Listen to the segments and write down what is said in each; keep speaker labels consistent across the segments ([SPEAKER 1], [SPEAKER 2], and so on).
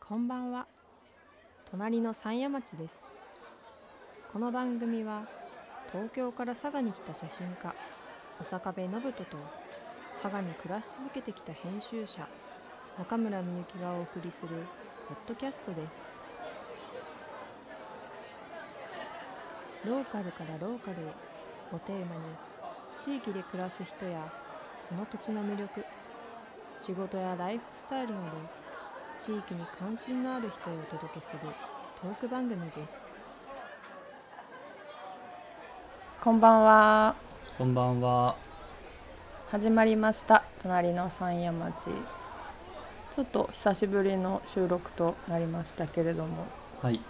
[SPEAKER 1] こんばんは隣の山谷町ですこの番組は東京から佐賀に来た写真家小坂部信人と佐賀に暮らし続けてきた編集者中村みゆきがお送りするポッドキャストですローカルからローカルへをテーマに地域で暮らす人やその土地の魅力仕事やライフスタイルなど地域に関心のある人へお届けするトーク番組です
[SPEAKER 2] こんばんは。
[SPEAKER 3] こんばんは。
[SPEAKER 2] 始まりました。隣の山谷町。ちょっと久しぶりの収録となりましたけれども、
[SPEAKER 3] はい。
[SPEAKER 2] え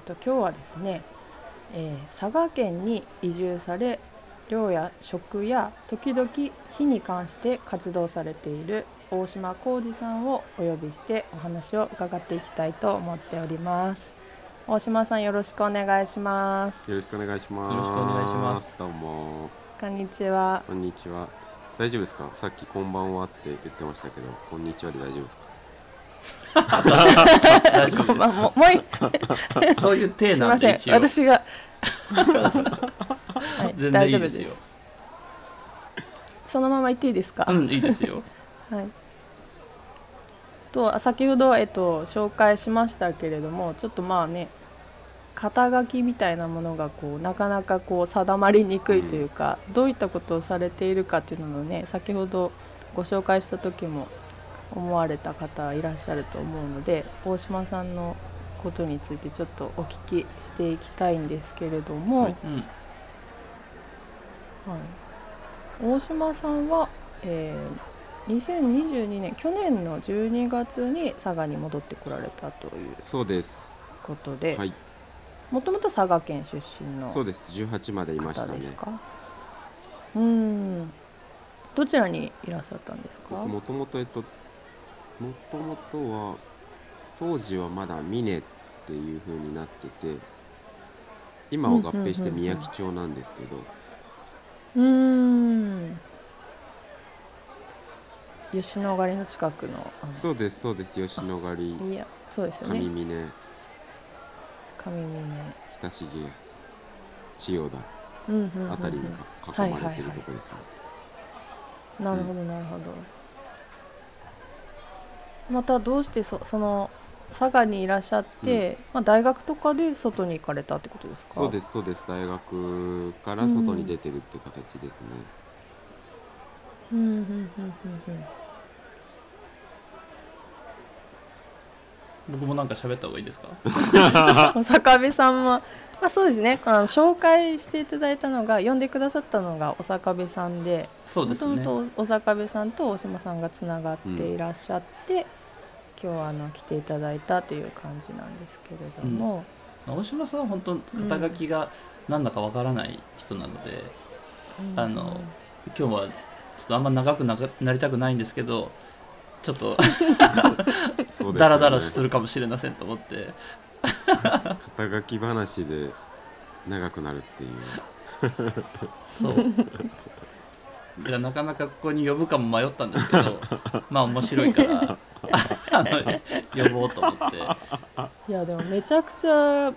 [SPEAKER 2] っと今日はですね、えー佐賀県に移住され、漁や食や時々火に関して活動されている大島浩二さんをお呼びしてお話を伺っていきたいと思っております。大島さんよろしくお願いします。
[SPEAKER 4] よろしくお願いします。
[SPEAKER 3] よろしくお願いします。
[SPEAKER 4] どうも、
[SPEAKER 2] こんにちは。
[SPEAKER 4] こんにちは。大丈夫ですかさっきこんばんはって言ってましたけど、こんにちはで大丈夫ですか
[SPEAKER 2] こんばんは もうもう一
[SPEAKER 3] そういう体
[SPEAKER 2] すみ
[SPEAKER 3] な
[SPEAKER 2] ま
[SPEAKER 3] ん
[SPEAKER 2] せ
[SPEAKER 3] で
[SPEAKER 2] ん
[SPEAKER 3] 一応。
[SPEAKER 2] 私がはい
[SPEAKER 3] 全然い
[SPEAKER 2] 大
[SPEAKER 3] い
[SPEAKER 2] 丈夫
[SPEAKER 3] で
[SPEAKER 2] です
[SPEAKER 3] よ。
[SPEAKER 2] そのまま言っていいですか、
[SPEAKER 3] うん、いいですよ。
[SPEAKER 2] はいと先ほど、えっと、紹介しましたけれどもちょっとまあね肩書きみたいなものがこうなかなかこう定まりにくいというか、どういったことをされているかというのをね先ほどご紹介した時も思われた方いらっしゃると思うので大島さんのことについてちょっとお聞きしていきたいんですけれども、
[SPEAKER 3] うん。
[SPEAKER 2] はい、大島さんは、えー、2022年去年の12月に佐賀に戻ってこられたという
[SPEAKER 4] そうです。
[SPEAKER 2] ことで
[SPEAKER 4] はい、
[SPEAKER 2] もともと佐賀県出身の
[SPEAKER 4] そうです。18までいまし
[SPEAKER 2] 方
[SPEAKER 4] たね
[SPEAKER 2] で。すかうーんどちらにいらっしゃったんですか
[SPEAKER 4] もともと、えっと、もともとは、当時はまだミネっていう風になってて、今は合併して
[SPEAKER 2] うんうんうんうん
[SPEAKER 4] 宮城町なんですけど、
[SPEAKER 2] うーん吉野ヶ里の近くのあの
[SPEAKER 4] そうです、そうです。吉野ヶ里、
[SPEAKER 2] いやそうですよ
[SPEAKER 4] 上
[SPEAKER 2] ね
[SPEAKER 4] 峰、
[SPEAKER 2] 上峰
[SPEAKER 4] 北重康、千代田
[SPEAKER 2] うんうんうんうん
[SPEAKER 4] あたりにか囲まれてるとこですね。
[SPEAKER 2] なるほどなるほど、またどうしてそその佐賀にいらっしゃって、まあ、大学とかで外に行かれたってことですか
[SPEAKER 4] そうですすそうです大学から外に出てるって形ですね、
[SPEAKER 2] うんうんうんうんうん
[SPEAKER 3] 僕もなんか喋った方がいいですか。
[SPEAKER 2] まあ坂部さんも、まあ、そうですねあの紹介していただいたのが呼んでくださったのがお坂部さんで
[SPEAKER 3] そう
[SPEAKER 2] も
[SPEAKER 3] で
[SPEAKER 2] と
[SPEAKER 3] す
[SPEAKER 2] も
[SPEAKER 3] ね。
[SPEAKER 2] とお坂部さんと大島さんがつながっていらっしゃって、今日はあの来ていただいたという感じなんですけれども、
[SPEAKER 3] 青島さんは本当肩書きがなんだかわからない人なので、
[SPEAKER 2] うん
[SPEAKER 3] あの今日はちょっとあんま長くなかなりたくないんですけど、ちょっと
[SPEAKER 4] そうですよね
[SPEAKER 3] ダラダラするかもしれませんと思って、
[SPEAKER 4] 肩書き話で長くなるっていう
[SPEAKER 3] そう。いやなかなかここに呼ぶかも迷ったんですけど、まあ面白いから。あの呼ぼうと思って
[SPEAKER 2] いやでもめちゃくちゃ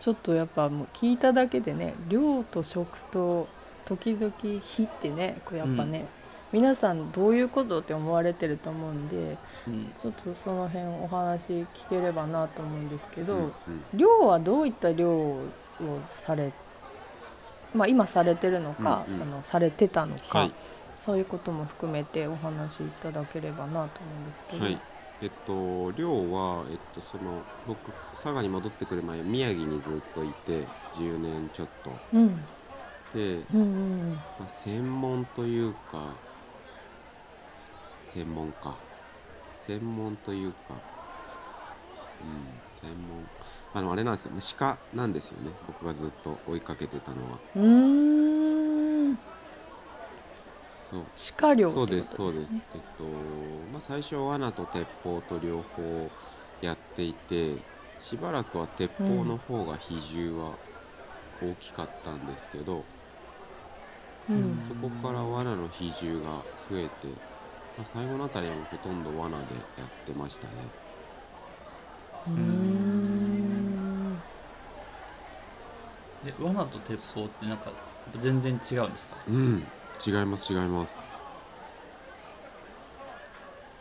[SPEAKER 2] ちょっとやっぱもう聞いただけでね量と食と時々火ってねこれやっぱね、皆さんどういうことって思われてると思うんで
[SPEAKER 3] うん
[SPEAKER 2] ちょっとその辺お話聞ければなと思うんですけど、
[SPEAKER 4] んうん
[SPEAKER 2] 量はどういった量をされまあ今されてるのか、
[SPEAKER 4] うんうん
[SPEAKER 2] そのされてたのか、
[SPEAKER 4] はい
[SPEAKER 2] そういうことも含めてお話しいただければなと思うんですけど。
[SPEAKER 4] はいえっと寮はえっとその僕佐賀に戻ってくる前宮城にずっといて10年ちょっと
[SPEAKER 2] うん、
[SPEAKER 4] で、
[SPEAKER 2] うんうん
[SPEAKER 4] まあ、専門というか専門か専門というかうん専門あのあれなんですよ鹿なんですよね僕がずっと追いかけてたのは
[SPEAKER 2] うんうーん
[SPEAKER 4] そう
[SPEAKER 2] 地下漁って
[SPEAKER 4] そ
[SPEAKER 2] こ
[SPEAKER 4] う
[SPEAKER 2] と
[SPEAKER 4] で
[SPEAKER 2] ですす
[SPEAKER 4] そうです、
[SPEAKER 2] ね
[SPEAKER 4] えっとまあ、最初は罠と鉄砲と両方やっていてしばらくは鉄砲の方が比重は大きかったんですけど、
[SPEAKER 2] うん
[SPEAKER 4] そこから罠の比重が増えてまあ最後のあたりはもうほとんど罠でやってましたね
[SPEAKER 1] うーん
[SPEAKER 3] んで罠と鉄砲ってなんか全然違うんですか
[SPEAKER 4] うん違います違います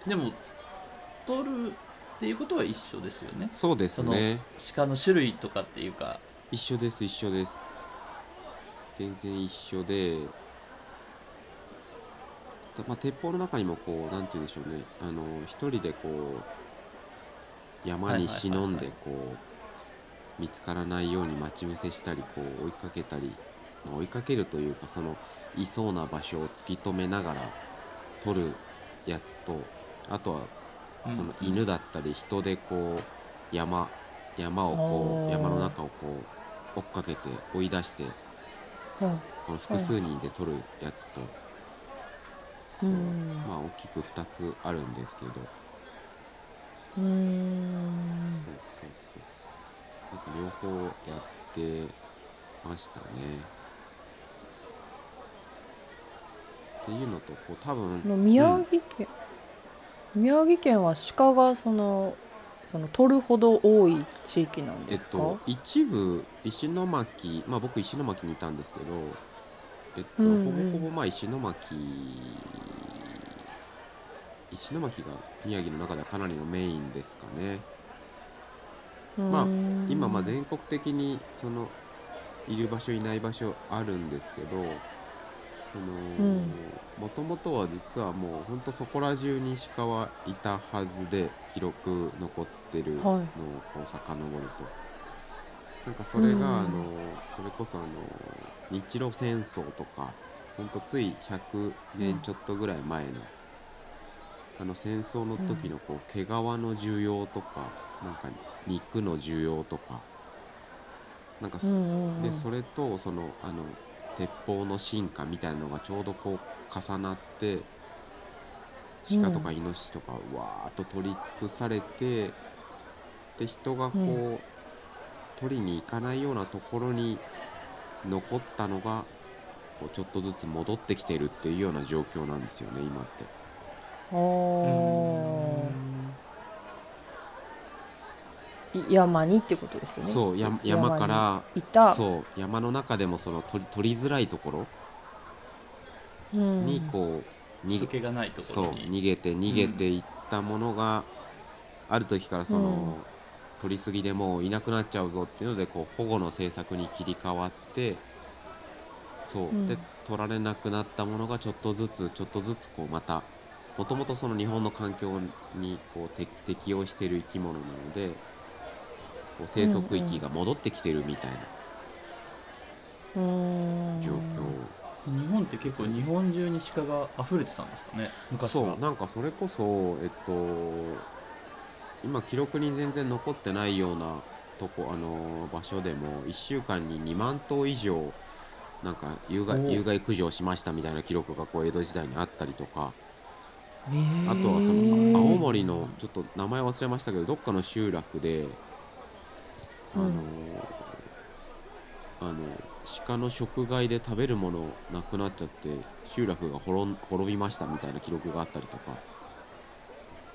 [SPEAKER 3] でも取るっていうことは一緒ですよね
[SPEAKER 4] そうですね
[SPEAKER 3] 鹿の種類とかっていうか
[SPEAKER 4] 一緒です一緒です全然一緒で、たまあ、鉄砲の中にもこうなんて言うんでしょうねあの一人でこう山に忍んで
[SPEAKER 3] はい
[SPEAKER 4] こう見つからないように待ち伏せしたりこう追いかけたり、まあ追いかけるというかそのいそうな場所を突き止めながら取るやつとあとはその犬だったり人でこう山山をこ
[SPEAKER 2] お
[SPEAKER 4] う
[SPEAKER 2] ー
[SPEAKER 4] 山の中をこう追っかけて追い出して
[SPEAKER 2] は
[SPEAKER 4] この複数人で取るやつと、そう
[SPEAKER 2] うん
[SPEAKER 4] まあ大きく2つあるんですけど、
[SPEAKER 1] うー
[SPEAKER 4] そうんそうそうそうなんか両方やってましたねっていうのとこう多分
[SPEAKER 2] い、の宮城県、宮城県は鹿がそのその取るほど多い地域なん
[SPEAKER 4] え
[SPEAKER 2] で
[SPEAKER 4] っ
[SPEAKER 2] すか、
[SPEAKER 4] と、一部石巻まあ僕石巻にいたんですけど、えっと
[SPEAKER 2] うんうん
[SPEAKER 4] ほぼほぼまあ石巻石巻が宮城の中ではかなりのメインですかね、まあ今まあ全国的にそのいる場所いない場所あるんですけどその
[SPEAKER 2] うん
[SPEAKER 4] もともとは実はもうほんとそこら中に鹿はいたはずで記録残ってるの
[SPEAKER 2] は
[SPEAKER 4] を
[SPEAKER 2] い
[SPEAKER 4] こう遡ると、なんかそれ
[SPEAKER 2] うん
[SPEAKER 4] があのそれこそあの日露戦争とかほんとつい100年ちょっとぐらい前の、あの戦争の時のこう毛皮の需要とかなんか肉の需要とかなんかす、
[SPEAKER 2] うん
[SPEAKER 4] でそれとそのあの鉄砲の進化みたいなのがちょうどこう重なって鹿とかイノシシとかわーっと取り尽くされて、で人がこう、
[SPEAKER 2] う
[SPEAKER 4] 取りに行かないようなところに残ったのがこうちょっとずつ戻ってきてるっていうような状況なんですよね今って。
[SPEAKER 2] おーい山にってことですよね
[SPEAKER 4] そうや山から
[SPEAKER 2] いた
[SPEAKER 4] そう山の中でもその取り取りづらいところ
[SPEAKER 2] う、ん、
[SPEAKER 4] にこう逃
[SPEAKER 3] 人
[SPEAKER 4] げ
[SPEAKER 3] 気がないとこ
[SPEAKER 4] そう
[SPEAKER 3] ろに
[SPEAKER 4] 逃げて逃げていったものが、ある時からその、取り過ぎでもういなくなっちゃうぞっていうのでこう保護の政策に切り替わってそう、
[SPEAKER 2] うん
[SPEAKER 4] で取られなくなったものがちょっとずつちょっとずつこうまたもともとその日本の環境にこうて適応している生き物なのでこう生息域が戻ってきてるみたいな
[SPEAKER 2] うーん
[SPEAKER 4] 状況、
[SPEAKER 3] 日本って結構日本中に鹿が溢れてたんですかね昔は
[SPEAKER 4] そうなんかそれこそえっと今記録に全然残ってないようなとこあの場所でも1週間に2万頭以上なんか有
[SPEAKER 3] お
[SPEAKER 4] 害
[SPEAKER 3] お
[SPEAKER 4] 有害駆除をしましたみたいな記録がこう江戸時代にあったりとか
[SPEAKER 2] えー
[SPEAKER 4] あとはその青森のちょっと名前忘れましたけどどっかの集落であの、
[SPEAKER 2] うん
[SPEAKER 4] あの鹿の食害で食べるものなくなっちゃって集落が滅ん滅びましたみたいな記録があったりとか。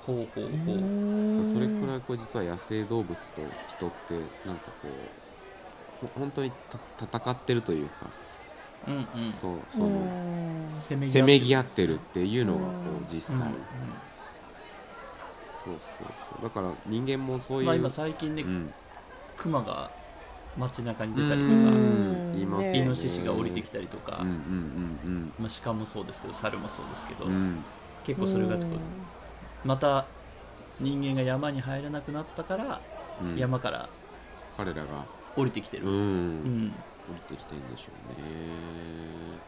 [SPEAKER 3] ほうほうほう、
[SPEAKER 4] それくらいこう実は野生動物と人ってなんかこうほ本当にた戦ってるというか、
[SPEAKER 3] うんうん
[SPEAKER 4] そうその
[SPEAKER 2] うん
[SPEAKER 3] せ
[SPEAKER 4] せめぎ合ってるっ
[SPEAKER 3] で
[SPEAKER 4] ていうのがこ
[SPEAKER 2] うん
[SPEAKER 4] う実
[SPEAKER 3] す
[SPEAKER 4] 際、
[SPEAKER 3] ね
[SPEAKER 4] そうそうそうだから人間もそう
[SPEAKER 3] うん
[SPEAKER 4] いう、
[SPEAKER 3] まあ今最近ね
[SPEAKER 4] うん
[SPEAKER 3] クマが街中に出た
[SPEAKER 4] う
[SPEAKER 3] りとか
[SPEAKER 4] ん
[SPEAKER 2] うん
[SPEAKER 4] いますよね
[SPEAKER 3] イノシシが降りてきたりとか、
[SPEAKER 4] うんうん
[SPEAKER 3] まあ、鹿もそうですけど猿もそうですけど、
[SPEAKER 4] うんうんうん
[SPEAKER 3] 結構それがちょっとまた人間が山に入らなくなったから、
[SPEAKER 4] うん
[SPEAKER 3] 山から
[SPEAKER 4] 彼らが
[SPEAKER 3] 降りてきてる、
[SPEAKER 4] うん、
[SPEAKER 3] うん
[SPEAKER 4] 降りてきてんでしょうね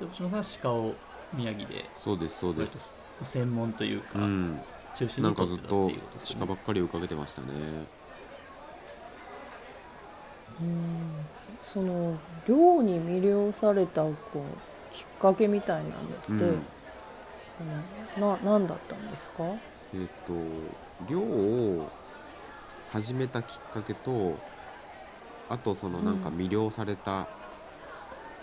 [SPEAKER 3] で星野さんは鹿を宮城で
[SPEAKER 4] そうですそうです
[SPEAKER 3] 専門というか、
[SPEAKER 4] うん
[SPEAKER 3] 中心
[SPEAKER 4] なん
[SPEAKER 3] に
[SPEAKER 4] か
[SPEAKER 3] 取
[SPEAKER 4] ず
[SPEAKER 3] っ
[SPEAKER 4] って
[SPEAKER 3] たっていうこととですよ
[SPEAKER 4] 鹿ば
[SPEAKER 3] ね
[SPEAKER 4] っかり追いかけてましたね
[SPEAKER 2] うんそその漁に魅了されたこうきっかけみたいな
[SPEAKER 4] う
[SPEAKER 2] のっ
[SPEAKER 4] ん
[SPEAKER 2] て、そのな何だったんですか、
[SPEAKER 4] えっ、と漁を始めたきっかけとあとそのなんか
[SPEAKER 2] うん
[SPEAKER 4] 魅了された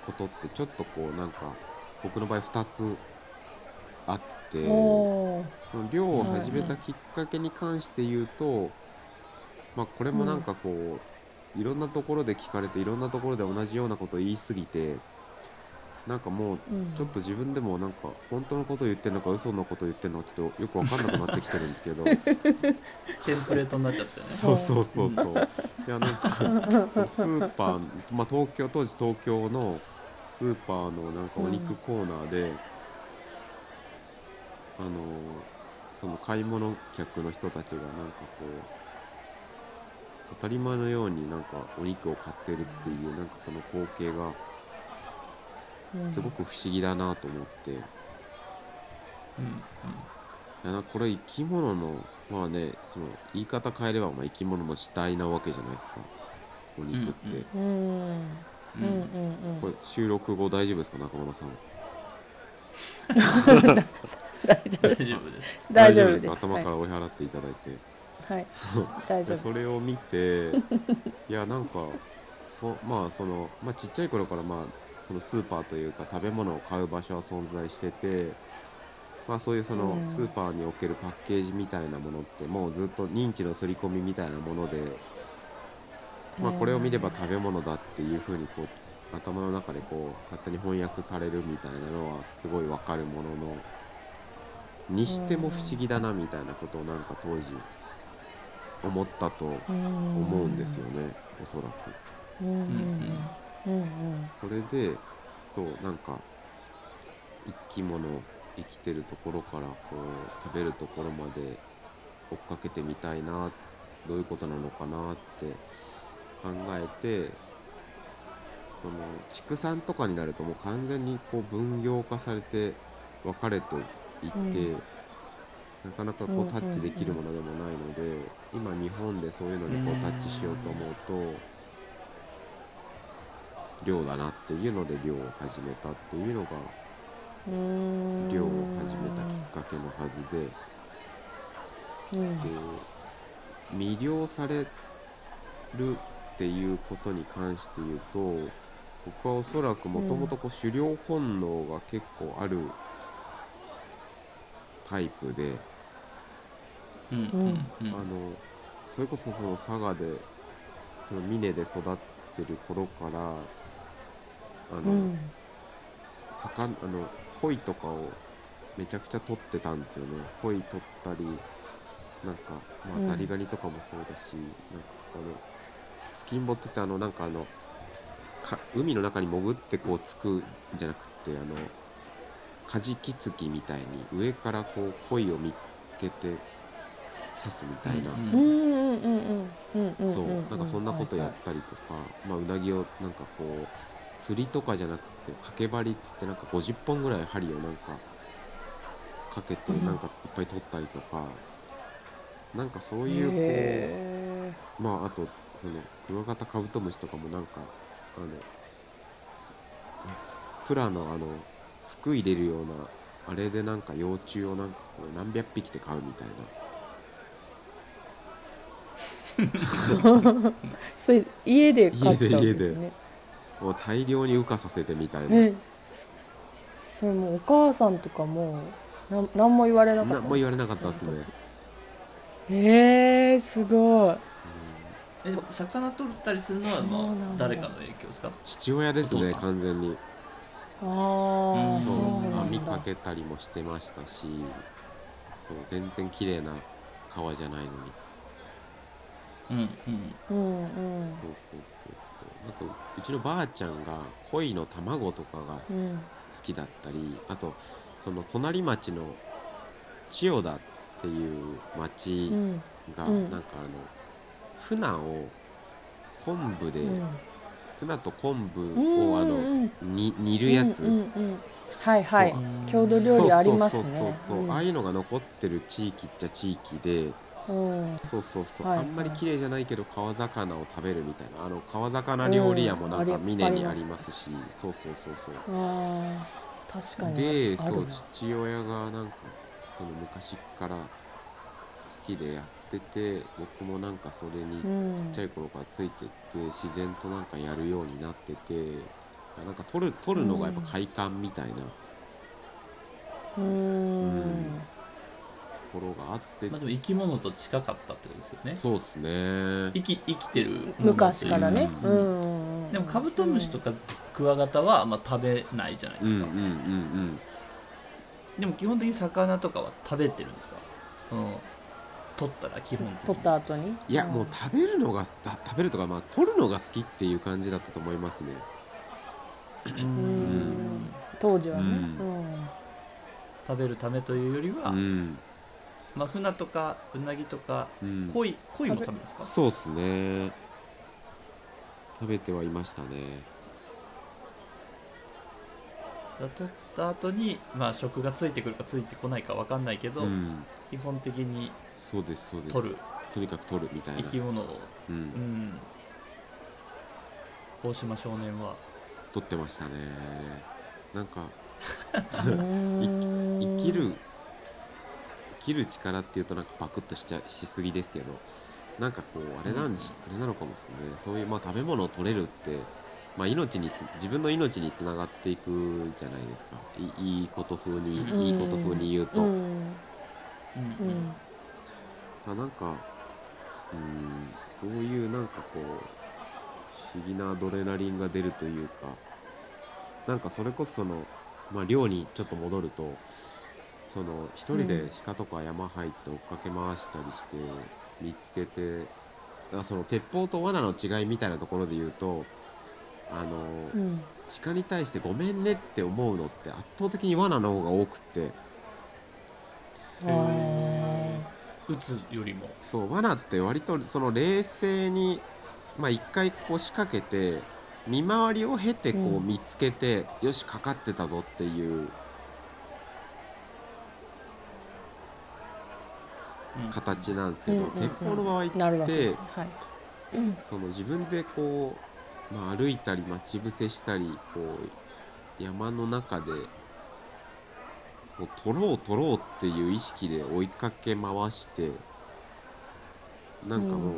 [SPEAKER 4] ことってちょっとこうなんか僕の場合2つあって
[SPEAKER 2] おー
[SPEAKER 4] その漁を始めたきっかけに関して言うと、まあ、これもなんかこう、いろんなところで聞かれていろんなところで同じようなことを言いすぎてなんかもう
[SPEAKER 2] うん
[SPEAKER 4] ちょっと自分でもなんか本当のことを言ってるのか嘘のことを言ってるのかちょっとよく分かんなくなってきてるんですけど
[SPEAKER 3] テンプレートになっちゃったよね
[SPEAKER 4] そうそうそうそういやなんかそうスーパー、まあ、東京当時東京のスーパーのなんかお肉コーナーで、あのその買い物客の人たちがなんかこう当たり前のようになんかお肉を買ってるっていうなんかその光景が
[SPEAKER 2] うん
[SPEAKER 4] すごく不思議だなと思って。
[SPEAKER 3] うんうん
[SPEAKER 4] いやなこれ生き物のまあねその言い方変えればまあ生き物の死体なわけじゃないですかお肉って、
[SPEAKER 3] うんうん
[SPEAKER 2] うんうんう
[SPEAKER 3] うん
[SPEAKER 2] ん
[SPEAKER 4] これ収録後大丈夫ですか中村さん
[SPEAKER 3] 大丈夫です
[SPEAKER 2] 大丈夫大丈夫です
[SPEAKER 4] 頭から
[SPEAKER 2] は
[SPEAKER 4] 追い払っていただいて、
[SPEAKER 2] い、はい、
[SPEAKER 4] そう
[SPEAKER 2] 大
[SPEAKER 4] い
[SPEAKER 2] 丈
[SPEAKER 4] や
[SPEAKER 2] 夫
[SPEAKER 4] それを見 ていやなんかそまあその、まあ、ちっちゃい頃からまあそのスーパーというか食べ物を買う場所は存在してて、まあ、そういうその
[SPEAKER 2] うん
[SPEAKER 4] スーパーにおけるパッケージみたいなものってもうずっと認知の刷り込みみたいなもので、まあ、これを見れば食べ物だっていうふうにこう頭の中でこう勝手に翻訳されるみたいなのはすごいわかるもののにしても不思議だなみたいなことをなんか当時思ったと思
[SPEAKER 2] 思
[SPEAKER 4] うんですよね、おそらく
[SPEAKER 2] うんうんうんうん
[SPEAKER 4] それでそうなんか生き物生きてるところからこう食べるところまで追っかけてみたいなどういうことなのかなって考えてその畜産とかになるともう完全にこう分業化されて分かれていって、
[SPEAKER 2] うん
[SPEAKER 4] なかなか
[SPEAKER 2] うんう
[SPEAKER 4] こ
[SPEAKER 2] ん
[SPEAKER 4] うタッチできるものでもないので、今日本でそういうのにこうタッチしようと思うと漁だなっていうので漁を始めたっていうのが
[SPEAKER 2] うんうん
[SPEAKER 4] 漁を始めたきっかけのはずで。
[SPEAKER 2] うん
[SPEAKER 4] で魅了されるっていうことに関して言うと僕はおそらくもともとこう狩猟本能が結構あるタイプで、
[SPEAKER 3] うんうんう
[SPEAKER 4] あの
[SPEAKER 3] ん
[SPEAKER 4] それこそその佐賀でその峰で育ってる頃からあ
[SPEAKER 2] う
[SPEAKER 4] の、
[SPEAKER 2] ん
[SPEAKER 4] 魚あの鯉とかをめちゃくちゃ取ってたんですよね鯉取ったりなんか、
[SPEAKER 2] うん
[SPEAKER 4] まあ、ザリガニとかもそうだし、なんかあのツキンボって言ってあのなんかあのか海の中に潜ってこうつくんじゃなくってあのカジキツキみたいに上からこう鯉を見つけて刺すみたいな、
[SPEAKER 3] うん
[SPEAKER 2] うんうんうんうんうん
[SPEAKER 4] そうなんかそんなことや
[SPEAKER 2] は
[SPEAKER 4] ったりとか、まあ、うなぎをなんかこう釣りとかじゃなくて掛け針っつってなんか50本ぐらい針をなんかかけて
[SPEAKER 2] うん
[SPEAKER 4] なんかいっぱい取ったりとか、なんかそう
[SPEAKER 2] いはい
[SPEAKER 4] いうこう、
[SPEAKER 2] へ
[SPEAKER 4] まああとそのクワガタカブトムシとかもなんかあのプラのあの服入れるようなあれでなんか幼虫をなんかこう何百匹で買うみたいな
[SPEAKER 2] ーそれ家で買ってたわけ
[SPEAKER 4] 家で
[SPEAKER 2] で
[SPEAKER 4] 家
[SPEAKER 2] す
[SPEAKER 4] で
[SPEAKER 2] ね
[SPEAKER 4] もう大量に羽化させてみたいな。
[SPEAKER 2] えそそれもうお母さんとかもなん何も言われなかった
[SPEAKER 4] 何も言われなかったですね、
[SPEAKER 2] えー、すごい
[SPEAKER 3] えでも魚取ったりするのは
[SPEAKER 2] そうな
[SPEAKER 3] まあ
[SPEAKER 2] んだ
[SPEAKER 3] 誰かの影響ですか
[SPEAKER 4] 父親です
[SPEAKER 3] お父
[SPEAKER 4] ね
[SPEAKER 3] さん
[SPEAKER 4] 完全に
[SPEAKER 2] ああ
[SPEAKER 3] うん
[SPEAKER 4] そ
[SPEAKER 2] そううなん
[SPEAKER 4] 網
[SPEAKER 2] だ
[SPEAKER 4] かけたりもしてましたしそう全然綺麗な川じゃないのに、
[SPEAKER 3] うんうん
[SPEAKER 2] うんうん
[SPEAKER 4] そうそうそうそうなんかうちのばあちゃんが鯉の卵とかが
[SPEAKER 2] う
[SPEAKER 4] 好
[SPEAKER 2] ん
[SPEAKER 4] きだったり、あとその隣町の千代田っていう町
[SPEAKER 2] うん
[SPEAKER 4] が、
[SPEAKER 2] うん
[SPEAKER 4] なんかあの船を昆布で、
[SPEAKER 2] うん
[SPEAKER 4] 船と昆布
[SPEAKER 2] うん
[SPEAKER 4] をあ
[SPEAKER 2] う
[SPEAKER 4] の
[SPEAKER 2] ん
[SPEAKER 4] に煮るやつ、
[SPEAKER 2] うんうんうんはいはい
[SPEAKER 4] そう
[SPEAKER 2] 郷土料理ありますね
[SPEAKER 4] そうそうそうそう、
[SPEAKER 2] うん
[SPEAKER 4] ああいうのが残ってる地域っちゃ地域で
[SPEAKER 2] うん
[SPEAKER 4] そうそうそう、
[SPEAKER 2] はい
[SPEAKER 4] あんまり綺麗じゃないけど川魚を食べるみたいなあの川魚料理屋もなんか
[SPEAKER 2] うん
[SPEAKER 4] 峰
[SPEAKER 2] あり
[SPEAKER 4] に
[SPEAKER 2] あ
[SPEAKER 4] あ
[SPEAKER 2] り
[SPEAKER 4] り
[SPEAKER 2] ま
[SPEAKER 4] ますし、そうそうそうそう
[SPEAKER 2] あー確かに
[SPEAKER 4] で
[SPEAKER 2] ある
[SPEAKER 4] そう
[SPEAKER 2] な
[SPEAKER 4] 父親がなんかその昔から好きでやってて僕もなんかそれに
[SPEAKER 2] うん
[SPEAKER 4] ちっちゃい頃からついてって自然となんかやるようになっててなんか取る取るのがやっぱ快感みたいな
[SPEAKER 2] うーん
[SPEAKER 4] ところがあって、
[SPEAKER 3] まあ、でも生き物と近かったってことですよね
[SPEAKER 4] そうですね
[SPEAKER 3] 生き生きてるものという
[SPEAKER 2] 昔からね
[SPEAKER 4] う
[SPEAKER 2] うんんうんうん
[SPEAKER 3] でもカブトムシとかクワガタはあんま食べないじゃないで
[SPEAKER 4] うんう
[SPEAKER 3] す
[SPEAKER 4] んう
[SPEAKER 3] か、
[SPEAKER 4] んうん
[SPEAKER 3] でも基本的に魚とかは食べてるんですかその取ったら基本的に
[SPEAKER 2] 取った後に
[SPEAKER 4] いや
[SPEAKER 2] ん
[SPEAKER 4] もう食べるのがた食べるとかまあ取るのが好きっていう感じだったと思いますね
[SPEAKER 3] う
[SPEAKER 2] うんん当時はね
[SPEAKER 4] う
[SPEAKER 3] 食べるためというよりは、
[SPEAKER 4] うん
[SPEAKER 3] まあ、フナとかウナギとか
[SPEAKER 4] うん
[SPEAKER 3] 鯉鯉も食べるんですか
[SPEAKER 4] そうですね食べてはいましたね
[SPEAKER 3] 取った後にまあ食がついてくるかついてこないかわかんないけど、
[SPEAKER 4] うん
[SPEAKER 3] 基本的に
[SPEAKER 4] そうですそうです
[SPEAKER 3] 取る
[SPEAKER 4] とにかく取るみたい
[SPEAKER 3] 生
[SPEAKER 4] な
[SPEAKER 3] き物をう
[SPEAKER 4] う
[SPEAKER 3] んん大島少年は
[SPEAKER 4] 取ってましたねなんか
[SPEAKER 2] うんうん
[SPEAKER 4] 生きる生きる力っていうとなんかパクッとしちゃしすぎですけどなんかこうあれなんじ、あれなのかもですねそういうまあ食べ物を取れるって、まあ、命につ自分の命につながっていくじゃないですかいいいこと風に、
[SPEAKER 3] うん
[SPEAKER 4] いいこと風に言うと、
[SPEAKER 2] う
[SPEAKER 4] ま
[SPEAKER 3] う
[SPEAKER 2] ん
[SPEAKER 3] ん
[SPEAKER 2] う
[SPEAKER 3] うん
[SPEAKER 2] ん
[SPEAKER 4] あなんかうんそういうなんかこう不思議なアドレナリンが出るというかなんかそれこそその、まあ、寮にちょっと戻るとその一人で鹿とか山入って追っかけ回したりして見つけて、あその鉄砲と罠の違いみたいなところで言うとあの、
[SPEAKER 2] うん
[SPEAKER 4] 鹿に対して「ごめんね」って思うのって圧倒的に罠の方が多くって
[SPEAKER 2] あ
[SPEAKER 3] 打つよりも
[SPEAKER 4] そう罠って割とその冷静にまあ一回こう仕掛けて見回りを経てこう
[SPEAKER 2] うん
[SPEAKER 4] 見つけて、よしかかってたぞっていう
[SPEAKER 3] うん
[SPEAKER 4] 形なんですけど、
[SPEAKER 2] うんうんうん
[SPEAKER 4] 鉄砲の場合っ
[SPEAKER 2] ーなるわけ
[SPEAKER 4] て
[SPEAKER 2] ですねはい
[SPEAKER 4] その自分でこう、まあ、歩いたり待ち伏せしたりこう山の中でこう取ろう取ろうっていう意識で追いかけ回してなんかもう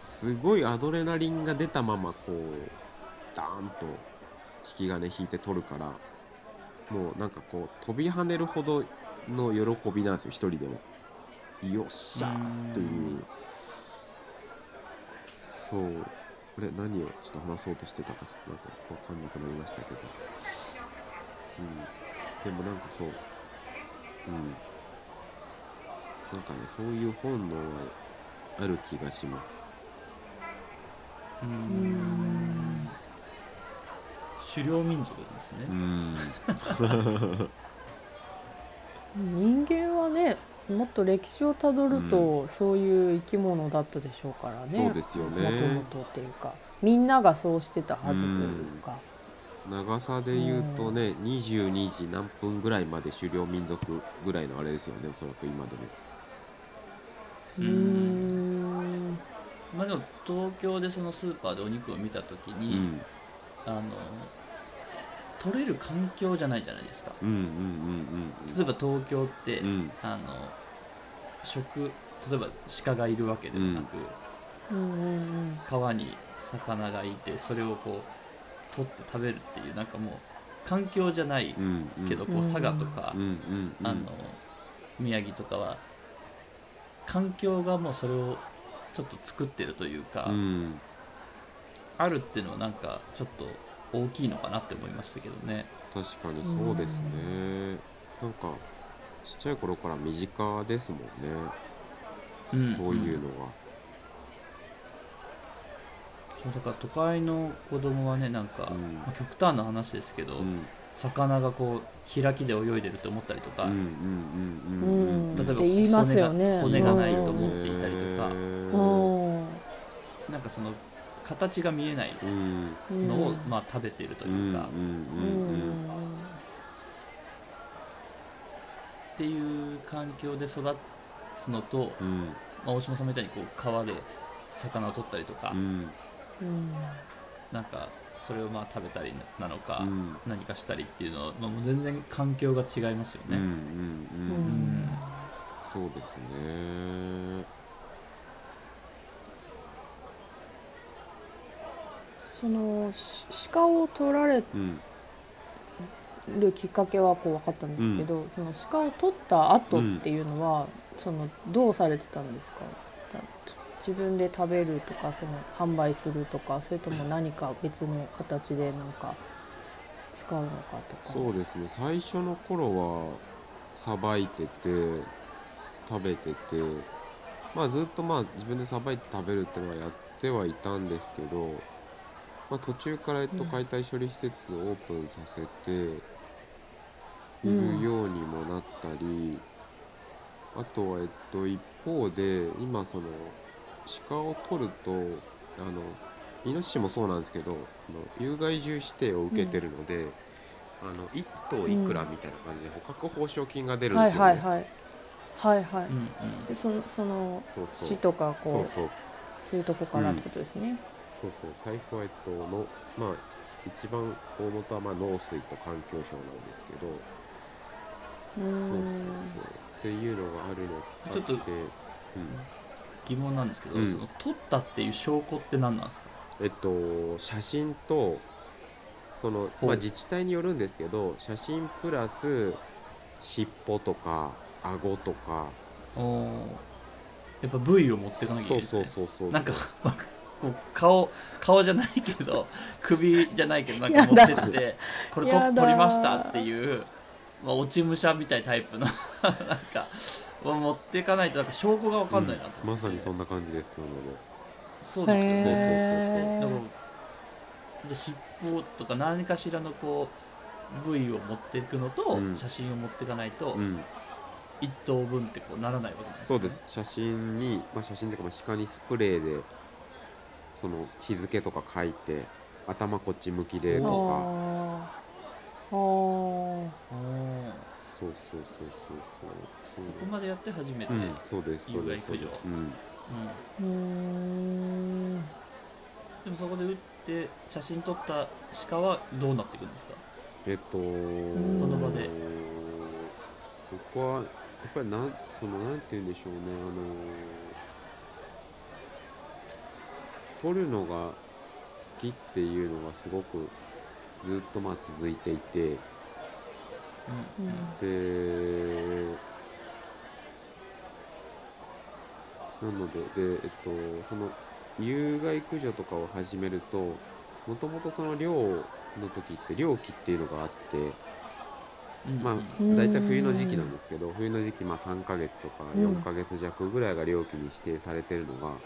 [SPEAKER 4] すごいアドレナリンが出たままこうダーンと引き金引いて取るからもうなんかこう飛び跳ねるほどの喜びなんですよ一人でも。よっしゃーっていううんそうこれ何をちょっと話そうとしてたかなんかわかんなくなりましたけどうんでもなんかそううんなんかねそういう本能はある気がします
[SPEAKER 3] う
[SPEAKER 2] うんん
[SPEAKER 3] 狩猟民族ですね、
[SPEAKER 4] ん
[SPEAKER 2] 人間はねもっと歴史をたどると、そういう生き物だったでしょうからね
[SPEAKER 4] そうですよね
[SPEAKER 2] もともとっていうかみんながそうしてたはずというか、
[SPEAKER 4] 長さで言うとね22時何分ぐらいまで狩猟民族ぐらいのあれですよねおそらく今でも
[SPEAKER 3] う
[SPEAKER 2] うんーん
[SPEAKER 3] まあでも東京でそのスーパーでお肉を見た時
[SPEAKER 4] う
[SPEAKER 3] に、
[SPEAKER 4] ん
[SPEAKER 3] あの取れる環境じゃないじゃないですか
[SPEAKER 4] うんうん
[SPEAKER 3] 例えば東京って、
[SPEAKER 4] うんうんうん
[SPEAKER 3] あの食例えば鹿がいるわけでもなく、
[SPEAKER 2] うんうん
[SPEAKER 3] 川に魚がいてそれをこう取って食べるっていうなんかもう環境じゃない
[SPEAKER 4] うんうん
[SPEAKER 3] けど、こう
[SPEAKER 2] うん
[SPEAKER 3] 佐賀とか
[SPEAKER 4] うん、うんうん
[SPEAKER 3] あの宮城とかは環境がもうそれをちょっと作ってるというか、
[SPEAKER 4] うん
[SPEAKER 3] あるっていうのはなんかちょっと大きいのかなって思いましたけどね。
[SPEAKER 4] 確かにそうですね、なんかちっちゃい頃から身近ですもんね、
[SPEAKER 3] うん
[SPEAKER 4] そういうのが、
[SPEAKER 3] そうだから都会の子供はねなんか、
[SPEAKER 4] うん
[SPEAKER 3] まあ極端な話ですけど、
[SPEAKER 4] うん、
[SPEAKER 3] 魚がこう開きで泳いでると思ったりとか、
[SPEAKER 4] うん
[SPEAKER 2] う
[SPEAKER 4] うんうんうん
[SPEAKER 2] ん
[SPEAKER 3] 例えば
[SPEAKER 2] って言いますよね
[SPEAKER 3] 骨がない
[SPEAKER 2] うん
[SPEAKER 3] と思っていたりとか
[SPEAKER 4] うん
[SPEAKER 2] うん
[SPEAKER 3] なんかその形が見えない
[SPEAKER 4] うん
[SPEAKER 2] うん
[SPEAKER 3] のを、まあ、食べていると
[SPEAKER 4] う
[SPEAKER 3] い
[SPEAKER 4] ん
[SPEAKER 3] うか、
[SPEAKER 4] う
[SPEAKER 3] っ
[SPEAKER 2] う
[SPEAKER 4] う
[SPEAKER 2] ん
[SPEAKER 4] んうん
[SPEAKER 2] ん
[SPEAKER 3] ていう環境で育つのと、
[SPEAKER 4] うん
[SPEAKER 3] まあ、大島さんみたいにこう川で魚を取ったりとか、
[SPEAKER 4] うん
[SPEAKER 2] うん
[SPEAKER 3] なんかそれをまあ食べたりなのか、
[SPEAKER 4] うん
[SPEAKER 3] 何かしたりっていうのは、まあ、もう全然環境が違いますよ
[SPEAKER 4] うんう
[SPEAKER 3] ね。
[SPEAKER 4] んう
[SPEAKER 2] うんん
[SPEAKER 4] そうですね
[SPEAKER 2] そのし鹿を取られ
[SPEAKER 4] うん
[SPEAKER 2] るきっかけはこう分かったんですけど、その鹿を取った後っていうのは、そのどうされてたんですかだ自分で食べるとかその販売するとかそれとも何か別の形でなんか使うのかとか
[SPEAKER 4] そうですね最初の頃はさばいてて食べててまあずっとまあ自分でさばいて食べるってのはやってはいたんですけど、まあ、途中からえっと
[SPEAKER 2] うん
[SPEAKER 4] 解体処理施設をオープンさせているようにもなったり、あとはえっと一方で今その鹿を取るとあのイノシシもそうなんですけどあの有害獣指定を受けてるので、あの1頭いくらみたいな感じで捕獲報奨金が出るん
[SPEAKER 2] は
[SPEAKER 4] で
[SPEAKER 2] い
[SPEAKER 4] すよ
[SPEAKER 2] はい
[SPEAKER 4] ね。
[SPEAKER 2] はいはいはい、
[SPEAKER 3] うんうん
[SPEAKER 2] でそのその
[SPEAKER 4] そうそ
[SPEAKER 2] 市
[SPEAKER 4] う
[SPEAKER 2] とかこう
[SPEAKER 4] そ
[SPEAKER 2] そう
[SPEAKER 4] うそう
[SPEAKER 2] いうとこからってことですね、
[SPEAKER 4] そうそう最高はえっとのまあ一番大元はまあ農水と環境省なんですけど、
[SPEAKER 2] うーん、
[SPEAKER 4] そうそうそうっていうのがあるのあ
[SPEAKER 3] ちょっと
[SPEAKER 4] てうん、
[SPEAKER 3] 疑問なんですけど、
[SPEAKER 4] うん
[SPEAKER 3] その取ったっていう証拠って何なんですか
[SPEAKER 4] えっと、写真とその、
[SPEAKER 3] ほう
[SPEAKER 4] まあ、自治体によるんですけど写真プラス尻尾とか顎とか
[SPEAKER 3] おーやっぱ部位を持っていかなきゃいけ
[SPEAKER 4] そ
[SPEAKER 3] な
[SPEAKER 4] う
[SPEAKER 3] いです、ね、
[SPEAKER 4] そうそうそう
[SPEAKER 3] なんか、 まあこう顔顔じゃないけど 首じゃないけどなんか
[SPEAKER 2] や
[SPEAKER 3] 持
[SPEAKER 2] だ
[SPEAKER 3] ってってこれと
[SPEAKER 2] やだ
[SPEAKER 3] 取りましたっていう、まあ、落ち武者みたいなタイプの なんかを持っていかないとなんか証拠が分かんないなと思って、
[SPEAKER 4] まさにそんな感じですなので
[SPEAKER 3] そうですよね
[SPEAKER 4] へー
[SPEAKER 3] だから
[SPEAKER 2] へ
[SPEAKER 3] じ
[SPEAKER 2] ー
[SPEAKER 3] ゃあ尻尾とか何かしらのこう部位を持っていくのと
[SPEAKER 4] うん
[SPEAKER 3] 写真を持っていかないと
[SPEAKER 4] うん
[SPEAKER 3] 一等分ってこうならないわけですね
[SPEAKER 4] そうです写真に、まあ、写真というかまあ鹿にスプレーでその日付とか書いて頭こっち向きでと
[SPEAKER 2] あ
[SPEAKER 4] か
[SPEAKER 2] ーあー
[SPEAKER 3] おー
[SPEAKER 4] そうそうそうそうそう
[SPEAKER 3] そこまでやって初めて、
[SPEAKER 4] う
[SPEAKER 3] うん
[SPEAKER 4] んそうですそうですそう
[SPEAKER 3] 有害駆
[SPEAKER 4] ですうん
[SPEAKER 2] うーん
[SPEAKER 3] でもそこで打って写真撮った鹿はどうなっていくんですか
[SPEAKER 4] えっと、
[SPEAKER 2] その
[SPEAKER 3] 場で
[SPEAKER 4] 僕はやっぱりなんそのなんて言うんでしょうねあの撮るのが好きっていうのがすごくずっとまあ続いていて
[SPEAKER 3] うんうん
[SPEAKER 4] でなのででえっとその有害駆除とかを始めるともともとその漁の時って漁期っていうのがあって。
[SPEAKER 3] うん
[SPEAKER 4] まあ
[SPEAKER 3] う
[SPEAKER 2] うん
[SPEAKER 4] 大体冬の時期なんですけど冬の時期まあ3ヶ月とか
[SPEAKER 2] うん
[SPEAKER 4] 4ヶ月弱ぐらいが漁期に指定されてるのが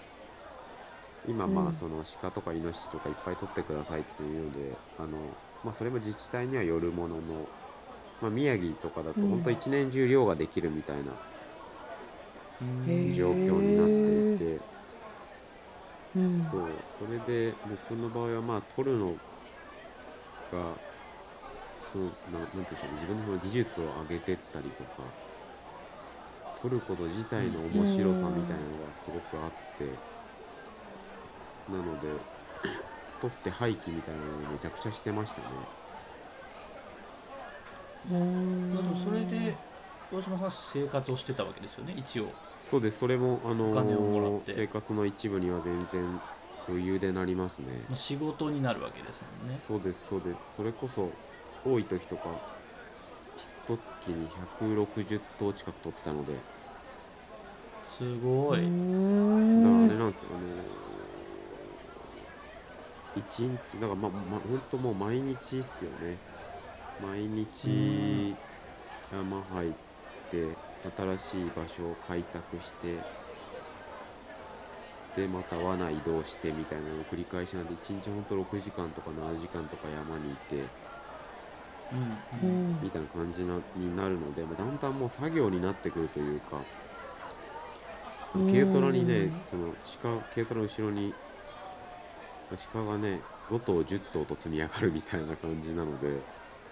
[SPEAKER 4] 今ま
[SPEAKER 2] う
[SPEAKER 4] あ
[SPEAKER 2] ん
[SPEAKER 4] その鹿とかイノシシとかいっぱい取ってくださいっていうのであのまあそれも自治体にはよるもののまあ宮城とかだと
[SPEAKER 2] うん
[SPEAKER 4] 本当一年中漁ができるみたいなん
[SPEAKER 2] へー
[SPEAKER 4] 状況になっていて
[SPEAKER 2] うん
[SPEAKER 4] そうそれで僕の場合はまあ取るのがそのななんていうんでしょうね自分のその技術を上げてったりとか取ること自体の面白さみたいなのがすごくあって、なので取って廃棄みたいなのをめちゃくちゃしてましたね
[SPEAKER 2] うーん
[SPEAKER 3] まあでもそれで大島さん生活をしてたわけですよね一応
[SPEAKER 4] そうですそれもあの
[SPEAKER 3] お金をもらって
[SPEAKER 4] 生活の一部には全然余裕でなりますね
[SPEAKER 3] まあ仕事になるわけですもんね
[SPEAKER 4] そうですそうですそれこそ多い時とか一月に160頭近く取ってたのでだか
[SPEAKER 3] すご
[SPEAKER 2] う
[SPEAKER 3] い、
[SPEAKER 2] ー
[SPEAKER 4] らあ
[SPEAKER 2] ん
[SPEAKER 4] れなんですよあの1日だからまあ、ま、ほんともう毎日っすよね毎日山入って新しい場所を開拓してでまた罠移動してみたいなのを繰り返しなんで1日ほんと6時間とか7時間とか山にいて
[SPEAKER 3] うう
[SPEAKER 2] うん
[SPEAKER 3] ん
[SPEAKER 2] ん
[SPEAKER 4] みたいな感じなになるので、まあ、だんだんもう作業になってくるというか
[SPEAKER 2] うん
[SPEAKER 4] 軽トラにねその鹿軽トラの後ろに鹿がね5頭10頭と積み上がるみたいな感じなので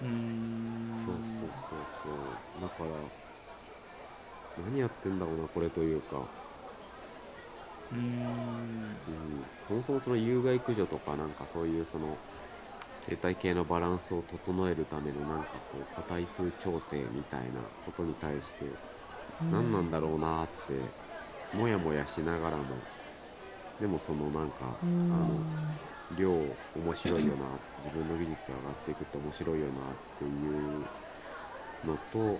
[SPEAKER 3] うーん
[SPEAKER 4] そうそうそうそうだから何やってんだろうなこれというか、
[SPEAKER 3] うーん
[SPEAKER 4] うん、そもそもその有害駆除とかなんかそういうその生態系のバランスを整えるためのなんかこう個体数調整みたいなことに対して何なんだろうなーってもやもやしながらもでもそのなんか、
[SPEAKER 2] うん
[SPEAKER 4] あの量面白いよな自分の技術上がっていくと面白いよなっていうのと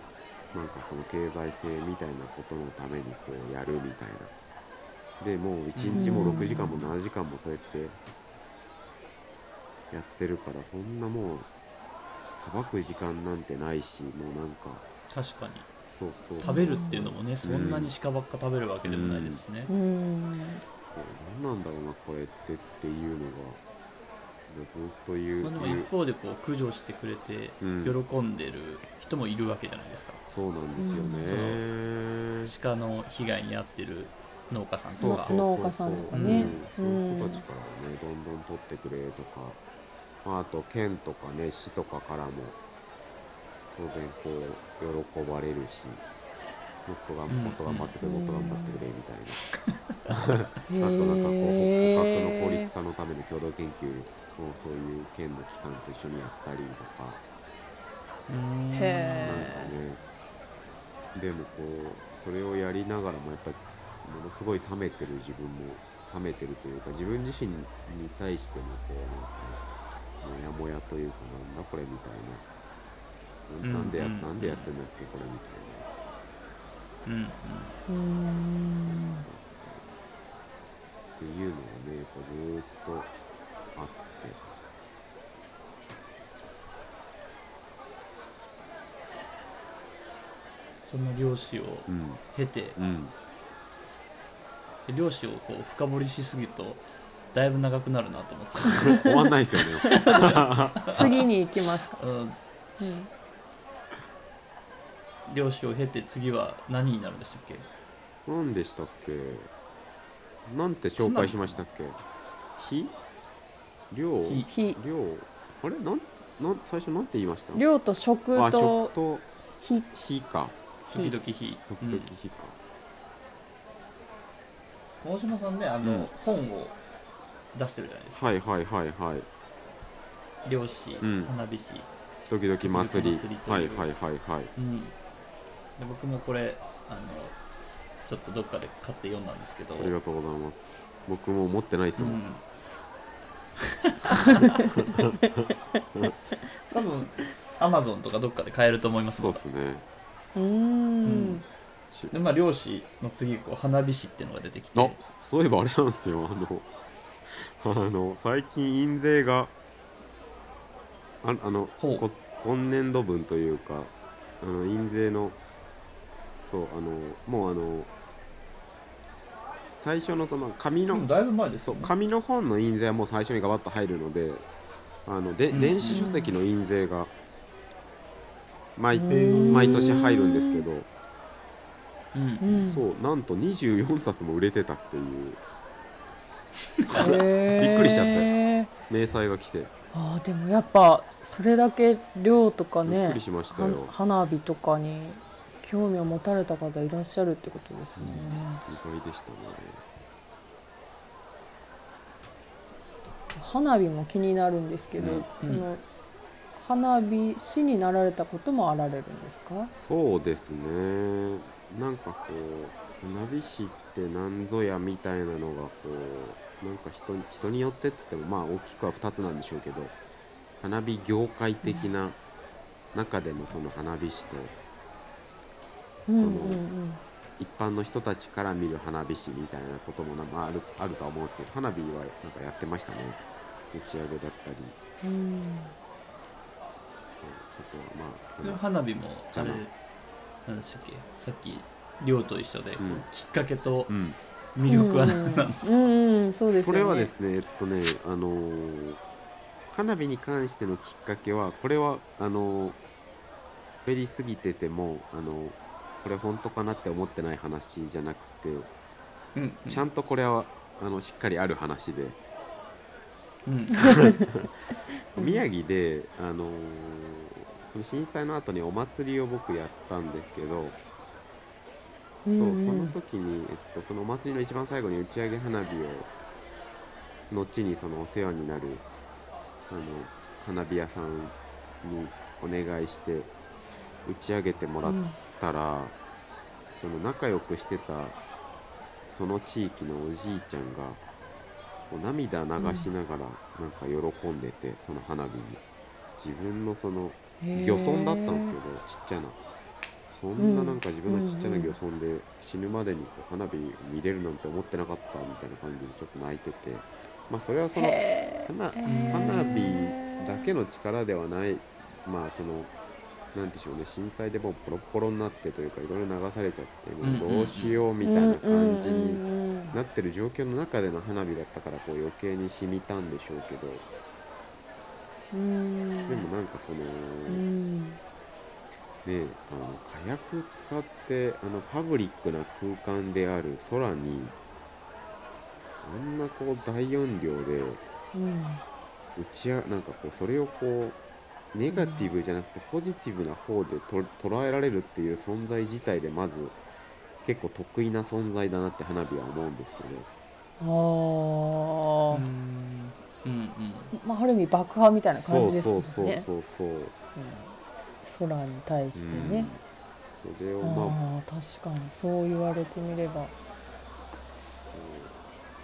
[SPEAKER 4] なんかその経済性みたいなことのためにこうやるみたいなでもう1日も
[SPEAKER 2] うん
[SPEAKER 4] 6時間も7時間もそうやってやってるからそんなもうさばく時間なんてないしもうなんか
[SPEAKER 3] 確かに
[SPEAKER 4] そうそうそう
[SPEAKER 3] 食べるっていうのもねそんなに鹿ばっか食べるわけでもないですしね、
[SPEAKER 2] うん
[SPEAKER 4] そう何なんだろうなこれってっていうのがずっと言う
[SPEAKER 3] まあ、でも
[SPEAKER 4] 言う
[SPEAKER 3] 一方でこう駆除してくれて
[SPEAKER 4] うん
[SPEAKER 3] 喜んでる人もいるわけじゃないですか、
[SPEAKER 4] そうなんですよね。
[SPEAKER 3] 鹿の被害に遭ってる農家さん
[SPEAKER 4] そ
[SPEAKER 3] と
[SPEAKER 4] うそう
[SPEAKER 3] か
[SPEAKER 4] そう
[SPEAKER 2] 農家さんとかね
[SPEAKER 4] うん
[SPEAKER 2] うん
[SPEAKER 4] そういう人たちからもねどんどん取ってくれとか、まあ、あと県とかね市とかからも当然こう喜ばれるしもっと頑張もっと頑張ってくれ、
[SPEAKER 2] うん
[SPEAKER 4] もっと頑張ってくれみたいな、あとな
[SPEAKER 2] へ
[SPEAKER 4] んかこう捕獲の効率
[SPEAKER 2] え
[SPEAKER 4] 化のための共同研究をそういう県の機関と一緒にやったりとか。
[SPEAKER 3] うん
[SPEAKER 2] へ
[SPEAKER 4] なんかね
[SPEAKER 2] ー、
[SPEAKER 4] でもこうそれをやりながらもやっぱものすごい冷めてる自分も冷めてるというか自分自身に対してもこうなんかモヤモヤというかなんだこれみた
[SPEAKER 3] うん
[SPEAKER 4] いな、なんでや
[SPEAKER 3] うん
[SPEAKER 4] なんでやってんだっけこれみたいな
[SPEAKER 3] うんうん
[SPEAKER 2] うん
[SPEAKER 4] そうそうっていうのがねこうずーっとあって
[SPEAKER 3] その漁師を
[SPEAKER 4] うん
[SPEAKER 3] 経て
[SPEAKER 4] うん
[SPEAKER 3] 漁師をこう深掘りしすぎるとだいぶ長くなるなと思って
[SPEAKER 4] 終わんないですよね
[SPEAKER 2] 次に行きますか、
[SPEAKER 3] た、うん、
[SPEAKER 2] うん
[SPEAKER 3] 漁師を経て次は何になるんでしたっけ
[SPEAKER 4] 何でしたっけなんて紹介しましたっけ火量
[SPEAKER 3] 火
[SPEAKER 2] 火
[SPEAKER 4] 量あれなんなん最初なんて言いました
[SPEAKER 2] 量と食
[SPEAKER 4] あ
[SPEAKER 2] と
[SPEAKER 4] 食と
[SPEAKER 2] 火
[SPEAKER 4] 火か
[SPEAKER 3] 時々日
[SPEAKER 4] 時
[SPEAKER 3] う
[SPEAKER 4] 々
[SPEAKER 3] ん
[SPEAKER 4] 火か、
[SPEAKER 3] 大島さんねあの、
[SPEAKER 4] うん
[SPEAKER 3] 本を出してるじゃないですか
[SPEAKER 4] はいはいはいはい
[SPEAKER 3] 漁師、
[SPEAKER 4] うん
[SPEAKER 3] 花火師、
[SPEAKER 4] 時々祭り
[SPEAKER 3] 時々祭りという
[SPEAKER 4] はいはいはいはい
[SPEAKER 3] うん、で僕もこれあのちょっとどっかで買って読んだんですけど
[SPEAKER 4] ありがとうございます僕も持ってないです
[SPEAKER 3] う
[SPEAKER 4] もん、
[SPEAKER 3] ん 多分アマゾンとかどっかで買えると思います
[SPEAKER 4] そ
[SPEAKER 3] も
[SPEAKER 4] う
[SPEAKER 3] ん
[SPEAKER 4] ですね
[SPEAKER 2] う
[SPEAKER 3] うん
[SPEAKER 2] ん
[SPEAKER 4] ち
[SPEAKER 3] でまあ漁師の次こう花火師っていうのが出てき
[SPEAKER 4] あ
[SPEAKER 3] て
[SPEAKER 4] そそういえばあれなんですよあの あの最近印税がああの
[SPEAKER 3] ほう
[SPEAKER 4] こ今年度分というかあの印税のそうあのもうあの最初のその紙の、
[SPEAKER 3] でもだいぶ前です
[SPEAKER 4] そ
[SPEAKER 3] よ
[SPEAKER 4] う
[SPEAKER 3] ね
[SPEAKER 4] 紙の本の印税はもう最初にガバッと入るのであので、
[SPEAKER 3] うん
[SPEAKER 4] 電子書籍の印税が毎
[SPEAKER 2] うん
[SPEAKER 4] 毎年入るんですけど、
[SPEAKER 3] うん
[SPEAKER 2] う、ん
[SPEAKER 4] そうなんと24冊も売れてたっていう
[SPEAKER 2] へー
[SPEAKER 4] びっくりしちゃって明細が来て、
[SPEAKER 2] あーでもやっぱそれだけ量とか
[SPEAKER 4] びっく
[SPEAKER 2] ね
[SPEAKER 4] りしましたよ
[SPEAKER 2] は花火とかに興味を持たれた方いらっしゃるってことですね、
[SPEAKER 4] 意外でしたね
[SPEAKER 2] 花火も気になるんですけど、
[SPEAKER 4] うん
[SPEAKER 2] その花火師になられたこともあられるんですか
[SPEAKER 4] そうですねなんかこう花火師って何ぞやみたいなのがこうなんか人に人によってっつってもまあ大きくは2つなんでしょうけど花火業界的な中でのその花火師と、
[SPEAKER 2] うんう
[SPEAKER 4] そ
[SPEAKER 2] ん
[SPEAKER 4] の一般の人たちから見る花火師みたいなこともな、まあ、あるあるとは思うんですけど花火はなんかやってましたね打ち上げだったり
[SPEAKER 2] うんうん
[SPEAKER 4] そうあとは
[SPEAKER 3] で
[SPEAKER 4] まあ
[SPEAKER 3] 花火もあれ
[SPEAKER 4] ちっ
[SPEAKER 3] なんでしたっけさっき漁と一緒で、こう
[SPEAKER 4] うん
[SPEAKER 3] きっかけと
[SPEAKER 4] うん
[SPEAKER 3] 魅力は
[SPEAKER 2] うん
[SPEAKER 3] 何なんですか、
[SPEAKER 2] うんうんそうです
[SPEAKER 4] そ
[SPEAKER 2] よね
[SPEAKER 4] れはですねえっとねあのー花火に関してのきっかけはこれはあのー喋りすぎててもあのーこれ本当かなって思ってない話じゃなくて
[SPEAKER 3] うんうん
[SPEAKER 4] ちゃんとこれはあのしっかりある話で
[SPEAKER 3] うん
[SPEAKER 4] 宮城であのーその震災の後にお祭りを僕やったんですけどそううん
[SPEAKER 2] うん
[SPEAKER 4] その時に、えっと、そのお祭りの一番最後に打ち上げ花火を後にそのお世話になるあの花火屋さんにお願いして打ち上げてもらったら、その仲良くしてたその地域のおじいちゃんがこう涙流しながらなんか喜んでてその花火に自分のその
[SPEAKER 2] へー
[SPEAKER 4] 漁村だったんですけどちっちゃなそんななんか自分のちっちゃな漁村で死ぬまでにこう花火見れるなんて思ってなかったみたいな感じでちょっと泣いててまあそれはその
[SPEAKER 2] へ
[SPEAKER 4] 花
[SPEAKER 2] ー
[SPEAKER 4] 花火だけの力ではないまあそのなんでしょうね震災でもうボロッボロになってというかいろいろ流されちゃって
[SPEAKER 3] うんうん
[SPEAKER 4] も
[SPEAKER 3] う
[SPEAKER 4] うんどうしようみたいな感じ
[SPEAKER 2] う
[SPEAKER 4] に
[SPEAKER 2] んうんうん
[SPEAKER 4] なってる状況の中での花火だったからこう余計に染みたんでしょうけど
[SPEAKER 2] うん
[SPEAKER 4] でもなんかその
[SPEAKER 2] うん
[SPEAKER 4] ねあの火薬使ってあのパブリックな空間である空にあんなこう大音量で
[SPEAKER 2] うん
[SPEAKER 4] 打ちあなんかこうそれをこうネガティブじゃなくてポジティブな方でと捉えられるっていう存在自体でまず結構得意な存在だなって花火は思うんですけど
[SPEAKER 2] あー
[SPEAKER 3] うんうん
[SPEAKER 2] まあ、ある意味爆破みたいな感
[SPEAKER 4] そう
[SPEAKER 2] じです
[SPEAKER 4] そ
[SPEAKER 2] もん
[SPEAKER 4] う
[SPEAKER 2] ね
[SPEAKER 4] そうそうそう、
[SPEAKER 2] そう空に対してね、
[SPEAKER 4] うん、それを
[SPEAKER 2] あ
[SPEAKER 4] まあ
[SPEAKER 2] あー確かにそう言われてみれば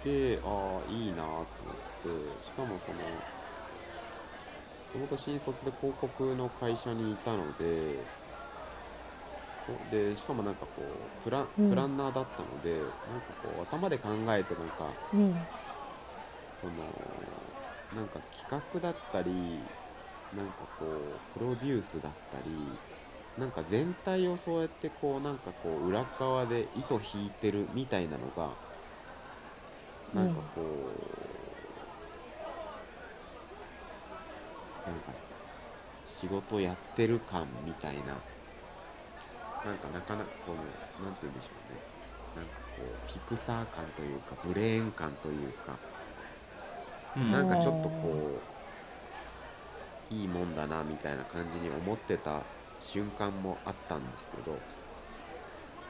[SPEAKER 4] そうでああいいなと思ってしかもそのもともと新卒で広告の会社にいたのでこでしかもなんかこうプラン
[SPEAKER 2] うん
[SPEAKER 4] プランナーだったので、なんかこう頭で考えてなんか
[SPEAKER 2] うん
[SPEAKER 4] そのなんか企画だったりなんかこうプロデュースだったりなんか全体をそうやってこうなんかこう裏側で糸引いてるみたいなのがなんかこう、なんか仕事やってる感みたいななんかなかなかこのなんて言うんでしょうねなんかこうピクサー感というかブレーン感というか
[SPEAKER 3] うんうん
[SPEAKER 4] なんかちょっとこういいもんだなみたいな感じに思ってた瞬間もあったんですけど、
[SPEAKER 3] う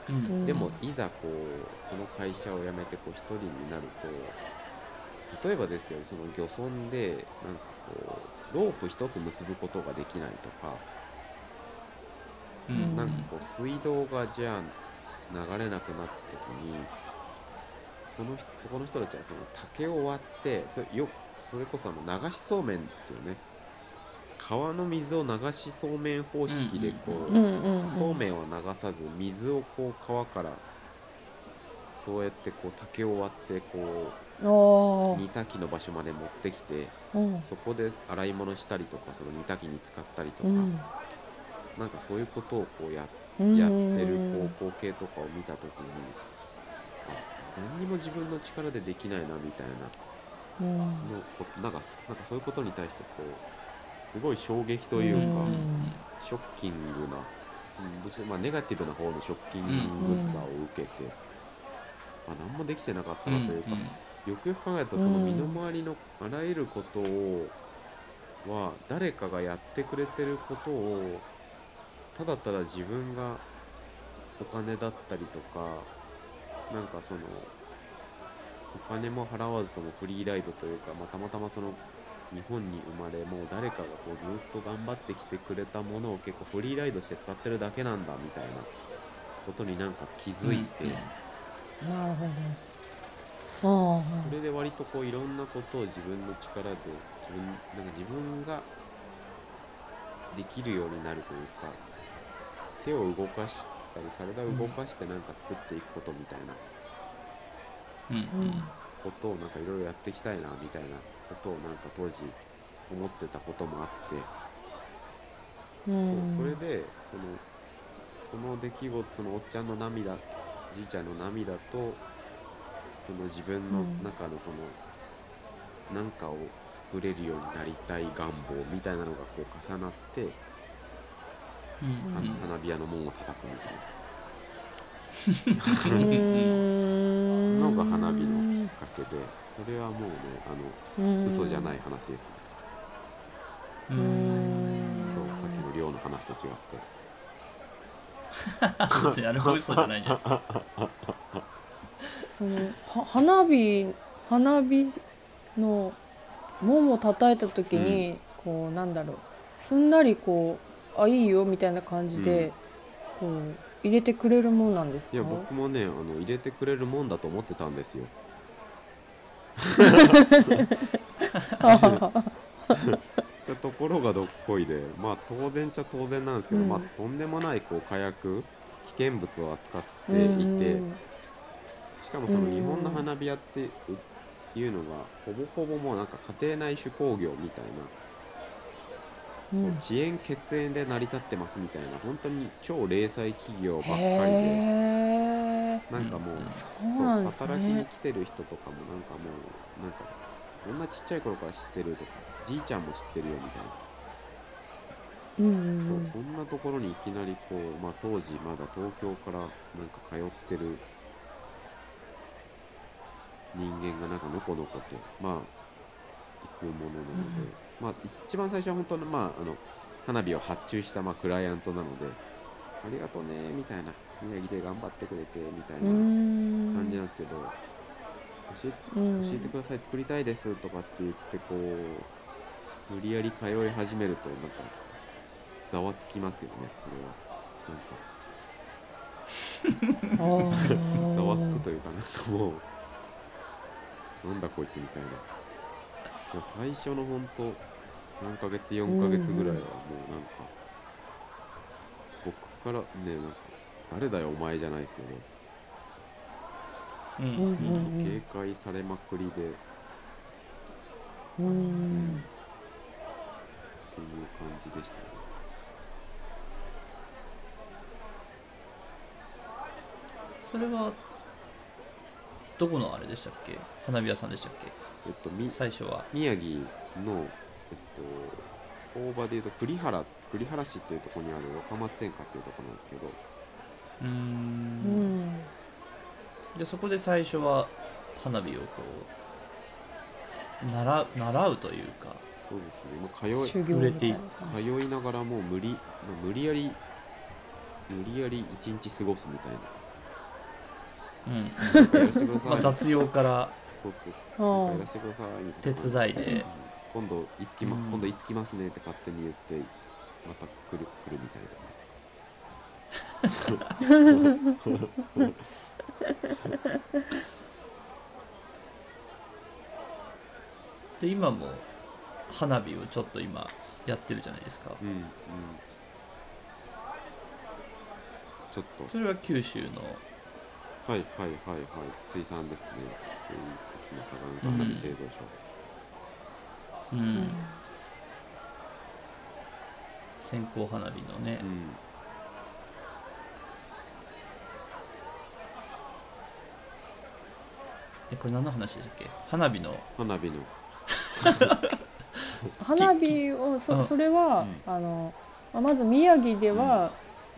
[SPEAKER 2] うんん
[SPEAKER 4] でもいざこうその会社を辞めてこう一人になると例えばですけどその漁村でなんかこうロープ一つ結ぶことができないとか、
[SPEAKER 3] う
[SPEAKER 2] うん
[SPEAKER 3] ん
[SPEAKER 4] なんかこう水道がじゃあ流れなくなった時にその人そこの人たちはその竹を割ってそれよそれこそあの流しそうめんですよね川の水を流しそうめん方式でこう、
[SPEAKER 2] うんうん
[SPEAKER 4] そうめんを流さず水をこう川からそうやってこう竹を割ってこ
[SPEAKER 2] あー
[SPEAKER 4] う煮炊きの場所まで持ってきて
[SPEAKER 2] うん
[SPEAKER 4] そこで洗い物したりとかその煮炊きに使ったりとか、
[SPEAKER 2] うん
[SPEAKER 4] なんかそういうことをこうやっ
[SPEAKER 2] うん
[SPEAKER 4] やってるこう光景とかを見た時にあ何にも自分の力でできないなみたいな
[SPEAKER 2] うん
[SPEAKER 4] のこなんかなんかそういうことに対してこうすごい衝撃というか
[SPEAKER 2] うん
[SPEAKER 4] ショッキングなうんどっちかまあ、ネガティブな方のショッキングさを受けて、あ何もできてなかったなというか、よくよく考えたらその身の回りのあらゆることをは誰かがやってくれてることをただただ自分がお金だったりとかなんかそのお金も払わずともフリーライドというか、まあ、たまたまその日本に生まれもう誰かがこうずっと頑張ってきてくれたものを結構フリーライドして使ってるだけなんだみたいなことになんか気づいて。
[SPEAKER 2] なるほどあ
[SPEAKER 4] それで割とこういろんなことを自分の力で自分なんか自分ができるようになるというか手を動かしたり体を動かしてなんか作っていくことみたいな
[SPEAKER 3] うんうんうん
[SPEAKER 4] ことをなんかいろいろやっていきたいなみたいなことをなんか当時思ってたこともあって、
[SPEAKER 2] ーうん
[SPEAKER 4] そうそれでそのその出来事そのおっちゃんの涙じいちゃんの涙とその自分の
[SPEAKER 2] うん
[SPEAKER 4] 中のその、なんかを作れるようになりたい願望みたいなのがこう重なって、
[SPEAKER 3] うん
[SPEAKER 4] あ
[SPEAKER 3] うん
[SPEAKER 4] の花火屋の門を叩くみたいな、
[SPEAKER 2] うーん
[SPEAKER 4] のが花火のきっかけでそれはもうねあの嘘じゃない話ですね、
[SPEAKER 3] う
[SPEAKER 2] うんん
[SPEAKER 4] そうさっきの寮の話と違って
[SPEAKER 3] 別にあれも嘘じゃないんじゃないですか
[SPEAKER 2] そのは花火花火の門を叩いた時に、こうなんだろうすんなりこうあいいよみたいな感じで、こう入れてくれるもんなんですか
[SPEAKER 4] いや 僕もねあの入れてくれるもんだと思ってたんですよそうところがどっこいで、まあ当然っちゃ当然なんですけど、
[SPEAKER 2] うん
[SPEAKER 4] まあとんでもないこう火薬、危険物を扱って
[SPEAKER 2] うん
[SPEAKER 4] いて、しかもその
[SPEAKER 2] うん
[SPEAKER 4] 日本の花火屋っていうのが、ほぼほぼもうなんか家庭内手工業みたいな、
[SPEAKER 2] うん
[SPEAKER 4] そう遅延血縁で成り立ってますみたいな、本当に超零細企業ばっかりで、
[SPEAKER 2] へえ
[SPEAKER 4] なんかもう、
[SPEAKER 3] うん
[SPEAKER 2] そうなんです
[SPEAKER 4] 働きに
[SPEAKER 2] ね
[SPEAKER 4] 来てる人とかもなんかもうなんかこんなちっちゃい頃から知ってるとかじいちゃんも知ってるよみたいな、
[SPEAKER 2] うんうんう
[SPEAKER 4] そうんそんなところにいきなりこう、まあ、当時まだ東京からなんか通ってる人間がなんかのこのことまあ行くものなので、まあ一番最初は本当にまああの花火を発注したまあクライアントなのでありがとうねみたいな宮城で頑張ってくれてみたいな感じなんですけど、教え
[SPEAKER 2] うん
[SPEAKER 4] 教えてください作りたいですとかって言ってこう無理やり通い始めるとなんかざわつきますよねそ
[SPEAKER 2] あー
[SPEAKER 4] れはなんかざわつくというかなんかもうなんだこいつみたいなもう最初のほんと3ヶ月4ヶ月ぐらいはもうなんか、僕からねなんか誰だよお前じゃないですけど
[SPEAKER 3] うん
[SPEAKER 2] う
[SPEAKER 3] うん
[SPEAKER 2] んうんうん
[SPEAKER 4] 警戒されまくりで
[SPEAKER 2] うん
[SPEAKER 4] っていう感じでしたね
[SPEAKER 3] それはどこのあれでしたっけ花火屋さんでしたっ
[SPEAKER 4] えっと
[SPEAKER 3] け
[SPEAKER 4] み
[SPEAKER 3] 最初は
[SPEAKER 4] 宮城の、えっと、大場でいうと栗原栗原市っていうところにある若松園家っていうところなんですけど
[SPEAKER 3] うー
[SPEAKER 2] うんん
[SPEAKER 3] でそこで最初は花火をこう習う習うというか
[SPEAKER 4] そうですね、まあ、通い
[SPEAKER 2] 修行みたいな感
[SPEAKER 4] 通いながらもう無理、まあ無理やり無理やり一日過ごすみたいな
[SPEAKER 3] うん
[SPEAKER 4] なんかやらせてくだ
[SPEAKER 3] ま
[SPEAKER 4] さ
[SPEAKER 3] あ
[SPEAKER 4] い
[SPEAKER 3] 雑用から
[SPEAKER 4] そうそう
[SPEAKER 2] う
[SPEAKER 4] そ
[SPEAKER 2] ん
[SPEAKER 4] うなんかやらせてくださいみた
[SPEAKER 3] 手
[SPEAKER 4] いな
[SPEAKER 3] 伝いで
[SPEAKER 4] 今度いつき、ま
[SPEAKER 3] うん
[SPEAKER 4] 今度いつ来ますねって勝手に言ってまた来る来るみたいな。
[SPEAKER 3] で今も花火をちょっと今やってるじゃないですか
[SPEAKER 4] うんうん、ちょっと
[SPEAKER 3] それは九州の
[SPEAKER 4] はいはいはいはい筒井さんですね筒井時政が花火製造所、
[SPEAKER 3] うん、
[SPEAKER 2] じ
[SPEAKER 3] 線香花火のね
[SPEAKER 4] うん、
[SPEAKER 3] えこれ何の話でしたっけ花火の
[SPEAKER 4] 花火の
[SPEAKER 2] 花火を
[SPEAKER 3] う
[SPEAKER 2] そ
[SPEAKER 3] ん
[SPEAKER 2] それは、あのまあまず宮城では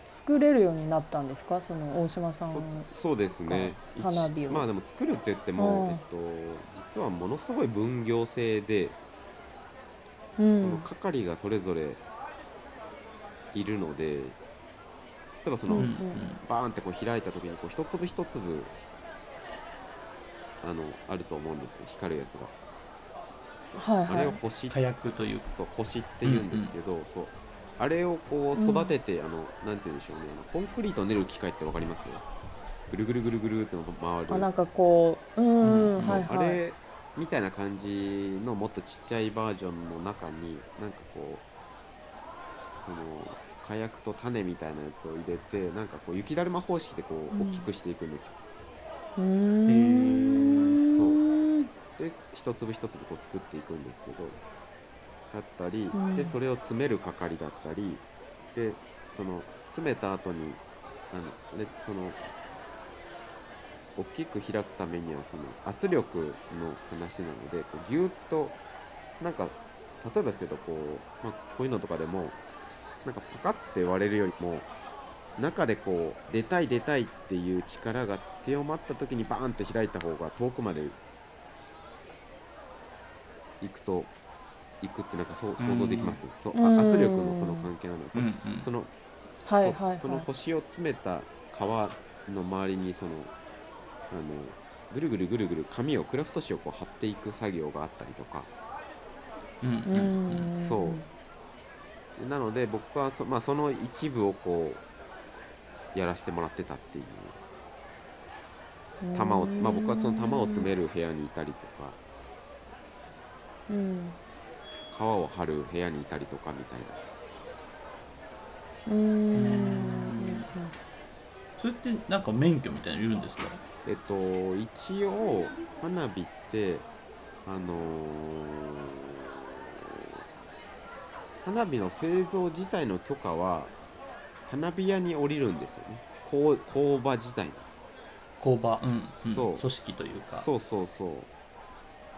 [SPEAKER 2] 作れるようになったんですかその大島さん
[SPEAKER 4] そそうですね
[SPEAKER 2] か花火を
[SPEAKER 4] 一まあでも作るって言っても、
[SPEAKER 2] うん
[SPEAKER 4] えっと、実はものすごい分業制で、
[SPEAKER 2] う
[SPEAKER 4] その
[SPEAKER 2] ん
[SPEAKER 4] 係がそれぞれいるので例えばその、
[SPEAKER 2] うん
[SPEAKER 4] バーンってこう開いた時にこう一粒一粒あのあると思うんですけど光るやつが、
[SPEAKER 2] はいはい
[SPEAKER 4] あれを星
[SPEAKER 3] 火薬というか
[SPEAKER 4] そう星って言うんですけど、そうあれをこう育てて、あのなんて言うんでしょうねあのコンクリートを練る機械ってわかりますぐるぐるぐるぐるってのが
[SPEAKER 2] あ
[SPEAKER 4] 回る
[SPEAKER 2] なんかこううん、
[SPEAKER 3] うん
[SPEAKER 4] そう
[SPEAKER 2] はいはい
[SPEAKER 4] あれみたいな感じのもっとちっちゃいバージョンの中になんかこうその火薬と種みたいなやつを入れてなんかこう雪だるま方式でこう
[SPEAKER 2] うん
[SPEAKER 4] 大きくしていくんですよ、
[SPEAKER 2] うーん
[SPEAKER 4] で一粒一粒こう作っていくんですけどだったり、
[SPEAKER 2] うん
[SPEAKER 4] でそれを詰める係だったりでその詰めた後にあのでその大きく開くためにはその圧力の話なのでこうギュッとなんか例えばですけどこう、まあ、こういうのとかでもなんかパカッて割れるよりも中でこう出たい出たいっていう力が強まった時にバーンって開いた方が遠くまで行くと行くってなんかそう想像できます、そう
[SPEAKER 2] う
[SPEAKER 4] あ
[SPEAKER 2] ん
[SPEAKER 4] 圧力のその関係なんです、
[SPEAKER 3] うんうん
[SPEAKER 4] その
[SPEAKER 2] はいは
[SPEAKER 4] そ
[SPEAKER 2] いはい
[SPEAKER 4] その星を詰めた皮の周りにそのあのぐるぐるぐるぐる紙をクラフト紙をこう貼っていく作業があったりとか
[SPEAKER 3] うん
[SPEAKER 2] う
[SPEAKER 3] うん
[SPEAKER 2] ん
[SPEAKER 4] そうでなので僕はそ,、まあ、その一部をこうやらせてもらってたっていう
[SPEAKER 2] うん
[SPEAKER 4] 玉を、まあ、僕はその玉を詰める部屋にいたりとか
[SPEAKER 2] うん
[SPEAKER 4] 皮を張る部屋にいたりとかみたいな
[SPEAKER 2] うーん
[SPEAKER 3] それってなんか免許みたいなのいるんですか
[SPEAKER 4] えっと一応花火ってあのー花火の製造自体の許可は花火屋に降りるんですよね工工場自体の
[SPEAKER 3] 工場、うんうん
[SPEAKER 4] そう
[SPEAKER 3] 組織というか
[SPEAKER 4] そうそうそう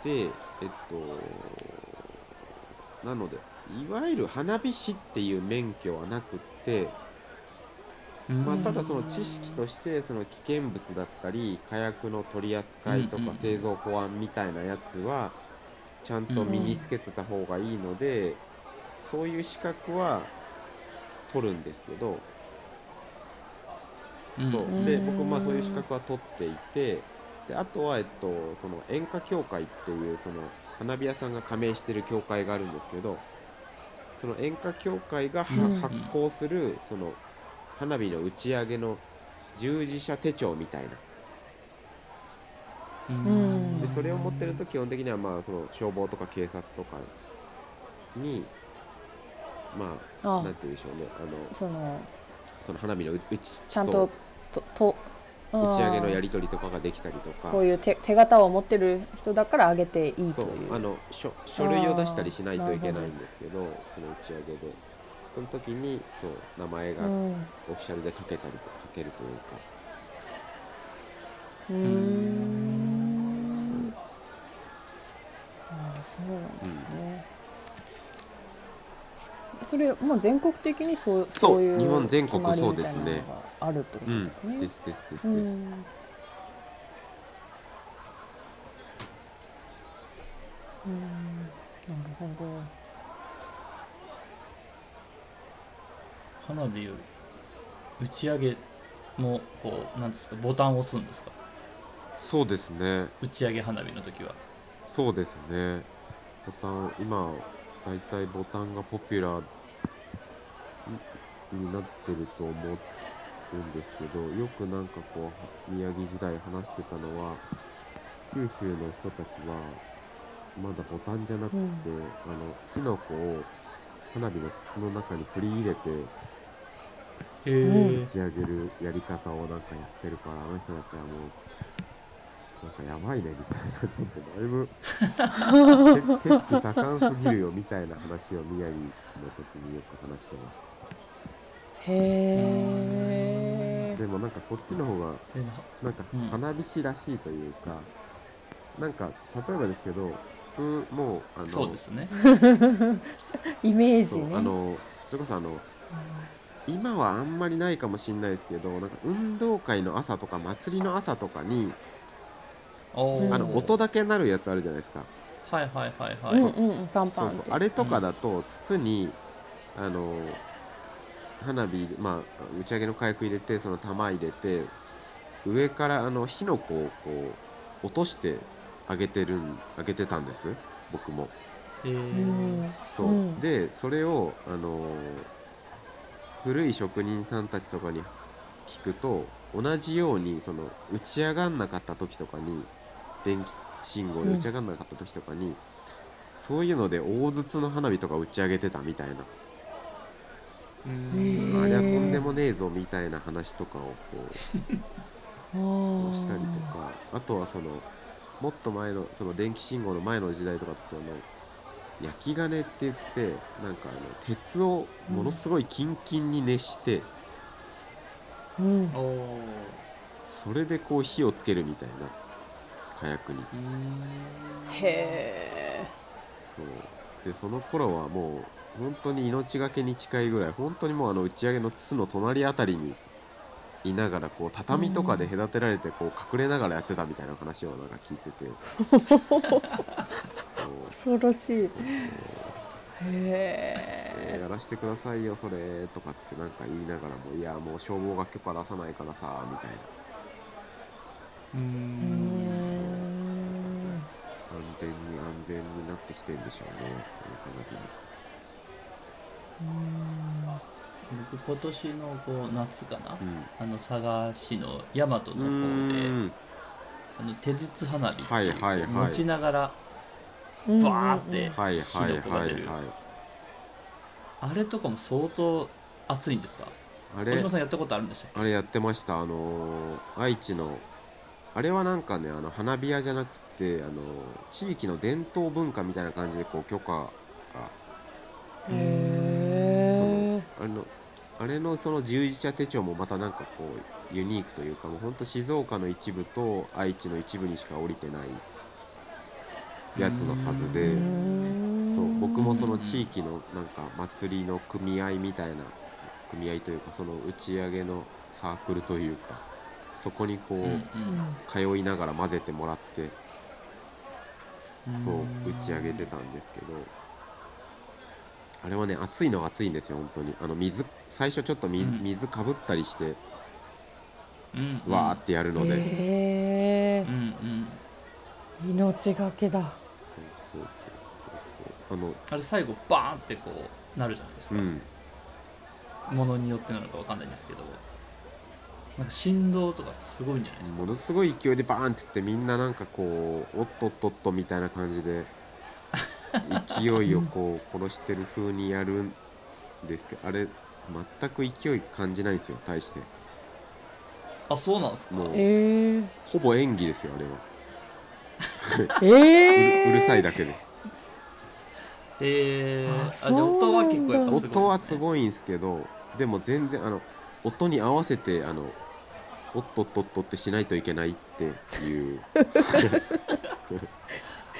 [SPEAKER 4] でえっとなのでいわゆる花火師っていう免許はなくって、
[SPEAKER 3] うん
[SPEAKER 4] まあ、ただその知識としてその危険物だったり火薬の取り扱いと
[SPEAKER 3] うんう
[SPEAKER 4] か
[SPEAKER 3] んうん
[SPEAKER 4] 製造保安みたいなやつはちゃんと身につけてた方がいいので、そういう資格は取るんですけど、
[SPEAKER 3] うん
[SPEAKER 4] そううんで僕まあそういう資格は取っていてであとは、えっと、その演歌協会っていうその花火屋さんが加盟してる協会があるんですけどその演歌協会がは
[SPEAKER 2] うんうん
[SPEAKER 4] 発行するその花火の打ち上げの従事者手帳みたいな
[SPEAKER 3] う
[SPEAKER 2] うん
[SPEAKER 4] でそれを持ってると基本的にはまあその消防とか警察とかにまあ
[SPEAKER 2] あ
[SPEAKER 4] なんて言うんでしょうねあの
[SPEAKER 2] その
[SPEAKER 4] その花火の打ち
[SPEAKER 2] ちゃん
[SPEAKER 4] そう
[SPEAKER 2] ととと
[SPEAKER 4] 打ち上げのや
[SPEAKER 2] り
[SPEAKER 4] り取りとかができたりとか
[SPEAKER 2] こういう手手形を持ってる人だから上げていいという
[SPEAKER 4] そうあの書書類を出したりしないといけないんですけどその打ち上げでその時にそう名前
[SPEAKER 2] う
[SPEAKER 4] がオ
[SPEAKER 2] んう
[SPEAKER 4] フィシャルで書けたりと書けるというか、
[SPEAKER 2] ー
[SPEAKER 4] そうん
[SPEAKER 2] ああそうなんですね、それもう全国的にそう
[SPEAKER 4] そう
[SPEAKER 2] いう
[SPEAKER 4] 日本全国
[SPEAKER 2] 決ま
[SPEAKER 4] そ
[SPEAKER 2] り
[SPEAKER 4] うですね
[SPEAKER 2] みたいなのがあるってこ
[SPEAKER 4] う
[SPEAKER 2] と
[SPEAKER 4] ん
[SPEAKER 2] ですね、
[SPEAKER 4] ですですですです、
[SPEAKER 2] うんうんなるほど
[SPEAKER 3] 花火を打ち上げのこうなんですかボタンを押すんですか
[SPEAKER 4] そうですね
[SPEAKER 3] 打ち上げ花火の時は
[SPEAKER 4] そうですねボタン今だいたいボタンがポピュラーにになってると思うんですけどよくなんかこう宮城時代話してたのは九州の人たちはまだボタンじゃなくて、
[SPEAKER 2] うん
[SPEAKER 4] あのキノコを花火の筒の中に振り入れて
[SPEAKER 3] へ
[SPEAKER 2] う
[SPEAKER 4] 打ち上げるやり方をなんかやってるからあの人たちはもうなんかやばいねみたいなちょっとだいぶ結構盛んすぎるよみたいな話を宮城の時によく話してまし
[SPEAKER 2] へえ
[SPEAKER 4] たでもなんかそっちの方が
[SPEAKER 3] えな
[SPEAKER 4] なんか
[SPEAKER 3] うん
[SPEAKER 4] 花火師らしいというか、なんか例えばですけど普通もうあの
[SPEAKER 3] そうですね
[SPEAKER 2] イメージ
[SPEAKER 4] そ
[SPEAKER 2] ね
[SPEAKER 4] うあのそれこそあの今はあんまりないかもしれないですけどなんか運動会の朝とか祭りの朝とかに
[SPEAKER 3] おー
[SPEAKER 4] あの
[SPEAKER 2] うん
[SPEAKER 4] 音だけ鳴るやつあるじゃないですか、
[SPEAKER 3] はいはいはいは
[SPEAKER 2] う
[SPEAKER 3] い
[SPEAKER 2] んうんうんパンパンって
[SPEAKER 4] そうそうあれとかだと筒に、あの花火、まあ、打ち上げの火薬入れてその玉入れて上からあの火の粉をこう落としてあげてるんあげてたんです僕も。
[SPEAKER 3] へ
[SPEAKER 2] う
[SPEAKER 3] ー
[SPEAKER 2] ん
[SPEAKER 4] そう、
[SPEAKER 2] うん
[SPEAKER 4] でそれをあの古い職人さんたちとかに聞くと同じようにその打ち上がんなかった時とかに電気信号で打ち上がんなかった時とかに、そういうので大筒の花火とか打ち上げてたみたいな、
[SPEAKER 3] うん
[SPEAKER 4] あれはとんでもねえぞみたいな話とかをこうしたりとかあとはそのもっと前のその電気信号の前の時代とかだとあの焼き金って言ってなんかあの鉄をものすごいキンキンに熱して、
[SPEAKER 2] うん
[SPEAKER 3] おー
[SPEAKER 4] それでこう火をつけるみたいな火薬に
[SPEAKER 3] うーん
[SPEAKER 2] へ
[SPEAKER 4] そうでその頃はもう本当に命がけに近いぐらい本当にもうあの打ち上げの筒の隣あたりにいながらこう畳とかで隔てられてこう隠れながらやってたみたいな話をなんか聞いててそう
[SPEAKER 2] え恐ろしい
[SPEAKER 4] そう
[SPEAKER 2] へえ
[SPEAKER 4] そう やらしてくださいよそれとかってなんか言いながらもいやもう消防が許可出さないからさみたいな
[SPEAKER 3] うーん
[SPEAKER 4] 安全に安全になってきてんでしょうねそういう花火も
[SPEAKER 3] 僕今年のこう夏かな、
[SPEAKER 4] うん
[SPEAKER 3] あの佐賀市の大和の方
[SPEAKER 4] う
[SPEAKER 3] で、
[SPEAKER 4] ん
[SPEAKER 3] あの手筒花火っていう
[SPEAKER 4] はいはいはい
[SPEAKER 3] 持ちながら
[SPEAKER 2] うんうんうん
[SPEAKER 3] バーって
[SPEAKER 4] はいはいはい
[SPEAKER 3] 火の粉が出る
[SPEAKER 4] はい
[SPEAKER 3] あれとかも相当熱いんですか
[SPEAKER 4] あ
[SPEAKER 3] 小
[SPEAKER 4] れ
[SPEAKER 3] 島さんやったことあるんでしたっ
[SPEAKER 4] あれやってましたあのー愛知のあれはなんかねあの花火屋じゃなくてあのー地域の伝統文化みたいな感じでこう許可が
[SPEAKER 2] へ
[SPEAKER 4] あのあれのその従事者手帳もまたなんかこうユニークというかもうほんと静岡の一部と愛知の一部にしか降りてないやつのはず
[SPEAKER 2] え
[SPEAKER 4] でそう僕もその
[SPEAKER 3] うん
[SPEAKER 4] 地域のなんか祭りの組合みたいな組合というかその打ち上げのサークルというかそこにこう、
[SPEAKER 3] け、
[SPEAKER 4] 通いながら混ぜてもらってそう
[SPEAKER 3] うん
[SPEAKER 4] 打ち上げてたんですけどあれはね熱いのは熱いんですよ本当にあの水最初ちょっと水,、
[SPEAKER 3] うん
[SPEAKER 4] 水かぶったりして
[SPEAKER 3] うんうん
[SPEAKER 4] わーってやるので、
[SPEAKER 2] へ
[SPEAKER 3] うんうん
[SPEAKER 2] え命がけだ
[SPEAKER 4] そうそうそうそうそうあの
[SPEAKER 3] あれ最後バーンってこうなるじゃないです
[SPEAKER 4] う
[SPEAKER 3] か、
[SPEAKER 4] ん
[SPEAKER 3] ものによってなのかわかんないんですけどなんか振動とかすごいんじゃないですか、
[SPEAKER 4] ものすごい勢いでバーンって言ってみんななんかこうおっとっとっとみたいな感じで勢いをこう殺してる風にやるんですけどあれ全く勢い感じないんですよ大して
[SPEAKER 3] あそうなんですか
[SPEAKER 4] もう
[SPEAKER 2] えー、
[SPEAKER 4] ほぼ演技ですよあれはう
[SPEAKER 2] え
[SPEAKER 4] るう
[SPEAKER 2] ー、
[SPEAKER 4] るさいだけで
[SPEAKER 3] えー、
[SPEAKER 2] あ
[SPEAKER 3] あじゃ
[SPEAKER 2] そ
[SPEAKER 3] あ
[SPEAKER 2] うなんだ
[SPEAKER 3] 音は結構やっぱすごいです、ね、
[SPEAKER 4] 音はす
[SPEAKER 3] い
[SPEAKER 4] ごいんですけどでも全然あの音に合わせてあのおっとっとっとってしないといけないっていう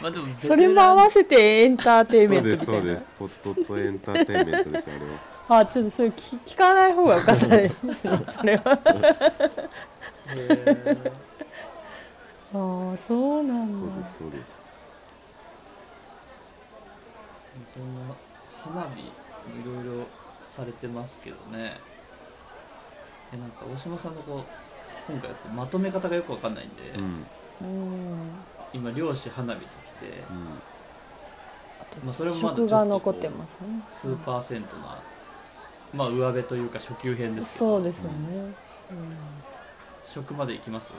[SPEAKER 3] まあでも
[SPEAKER 2] それも合わ
[SPEAKER 3] せ
[SPEAKER 2] せてエンターテインメント
[SPEAKER 4] そうですそう
[SPEAKER 2] みたいな
[SPEAKER 4] ですおっとっとエンターテインメントですあれは
[SPEAKER 2] あちょっとそれ聞聞かない方が良かったですねそれはああそうな
[SPEAKER 4] そうんで
[SPEAKER 2] だ
[SPEAKER 4] すそうです
[SPEAKER 3] そんな花火いろいろされてますけどねえなんか大島さんのこう今回こうまとめ方がよくわかんないんで、
[SPEAKER 4] うんうん
[SPEAKER 2] うん
[SPEAKER 3] 今漁師花火ときてまあそれもまだちょ
[SPEAKER 2] 食
[SPEAKER 3] っとこ
[SPEAKER 2] が
[SPEAKER 3] う
[SPEAKER 2] 残ってますね
[SPEAKER 3] 数パーセントな、まあ上辺というか初級編ですけど
[SPEAKER 2] そうですよね、
[SPEAKER 3] 食まで行きます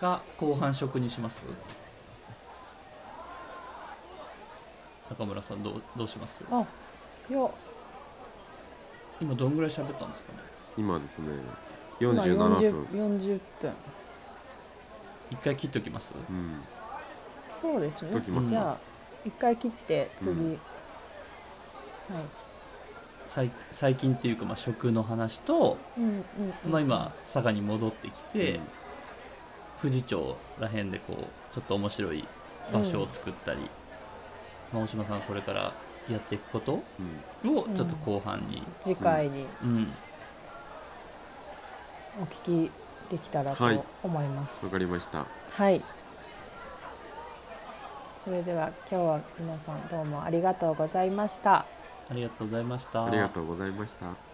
[SPEAKER 3] か後半食にします中村さんどうどうします
[SPEAKER 2] うん、あいや
[SPEAKER 3] 今どんぐらい喋ったんですかね
[SPEAKER 4] 今ですね
[SPEAKER 2] 今
[SPEAKER 4] 47
[SPEAKER 2] 40
[SPEAKER 4] 分、
[SPEAKER 2] 40分
[SPEAKER 3] 一回切っときます
[SPEAKER 4] うん、
[SPEAKER 2] そうです
[SPEAKER 4] 切っ
[SPEAKER 2] ね
[SPEAKER 4] ときます
[SPEAKER 2] じゃあ一回切って次、
[SPEAKER 4] うん
[SPEAKER 2] はい
[SPEAKER 3] 最最近っていうかまあ食の話と、
[SPEAKER 2] うんうんうん
[SPEAKER 3] まあ、今佐賀に戻ってきて、
[SPEAKER 4] うん
[SPEAKER 3] 富士町らへんでこうちょっと面白い場所を作ったり、まあ、大島さんこれからやっていくことを
[SPEAKER 4] うん
[SPEAKER 3] ちょっと後半に、
[SPEAKER 2] 次回に
[SPEAKER 3] うん、
[SPEAKER 2] お聞きできたらと
[SPEAKER 4] はい
[SPEAKER 2] 思います
[SPEAKER 4] わかりました
[SPEAKER 2] はい、それでは今日は皆さんどうもありがとうございました
[SPEAKER 3] ありがとうございました。
[SPEAKER 4] ありがとうございました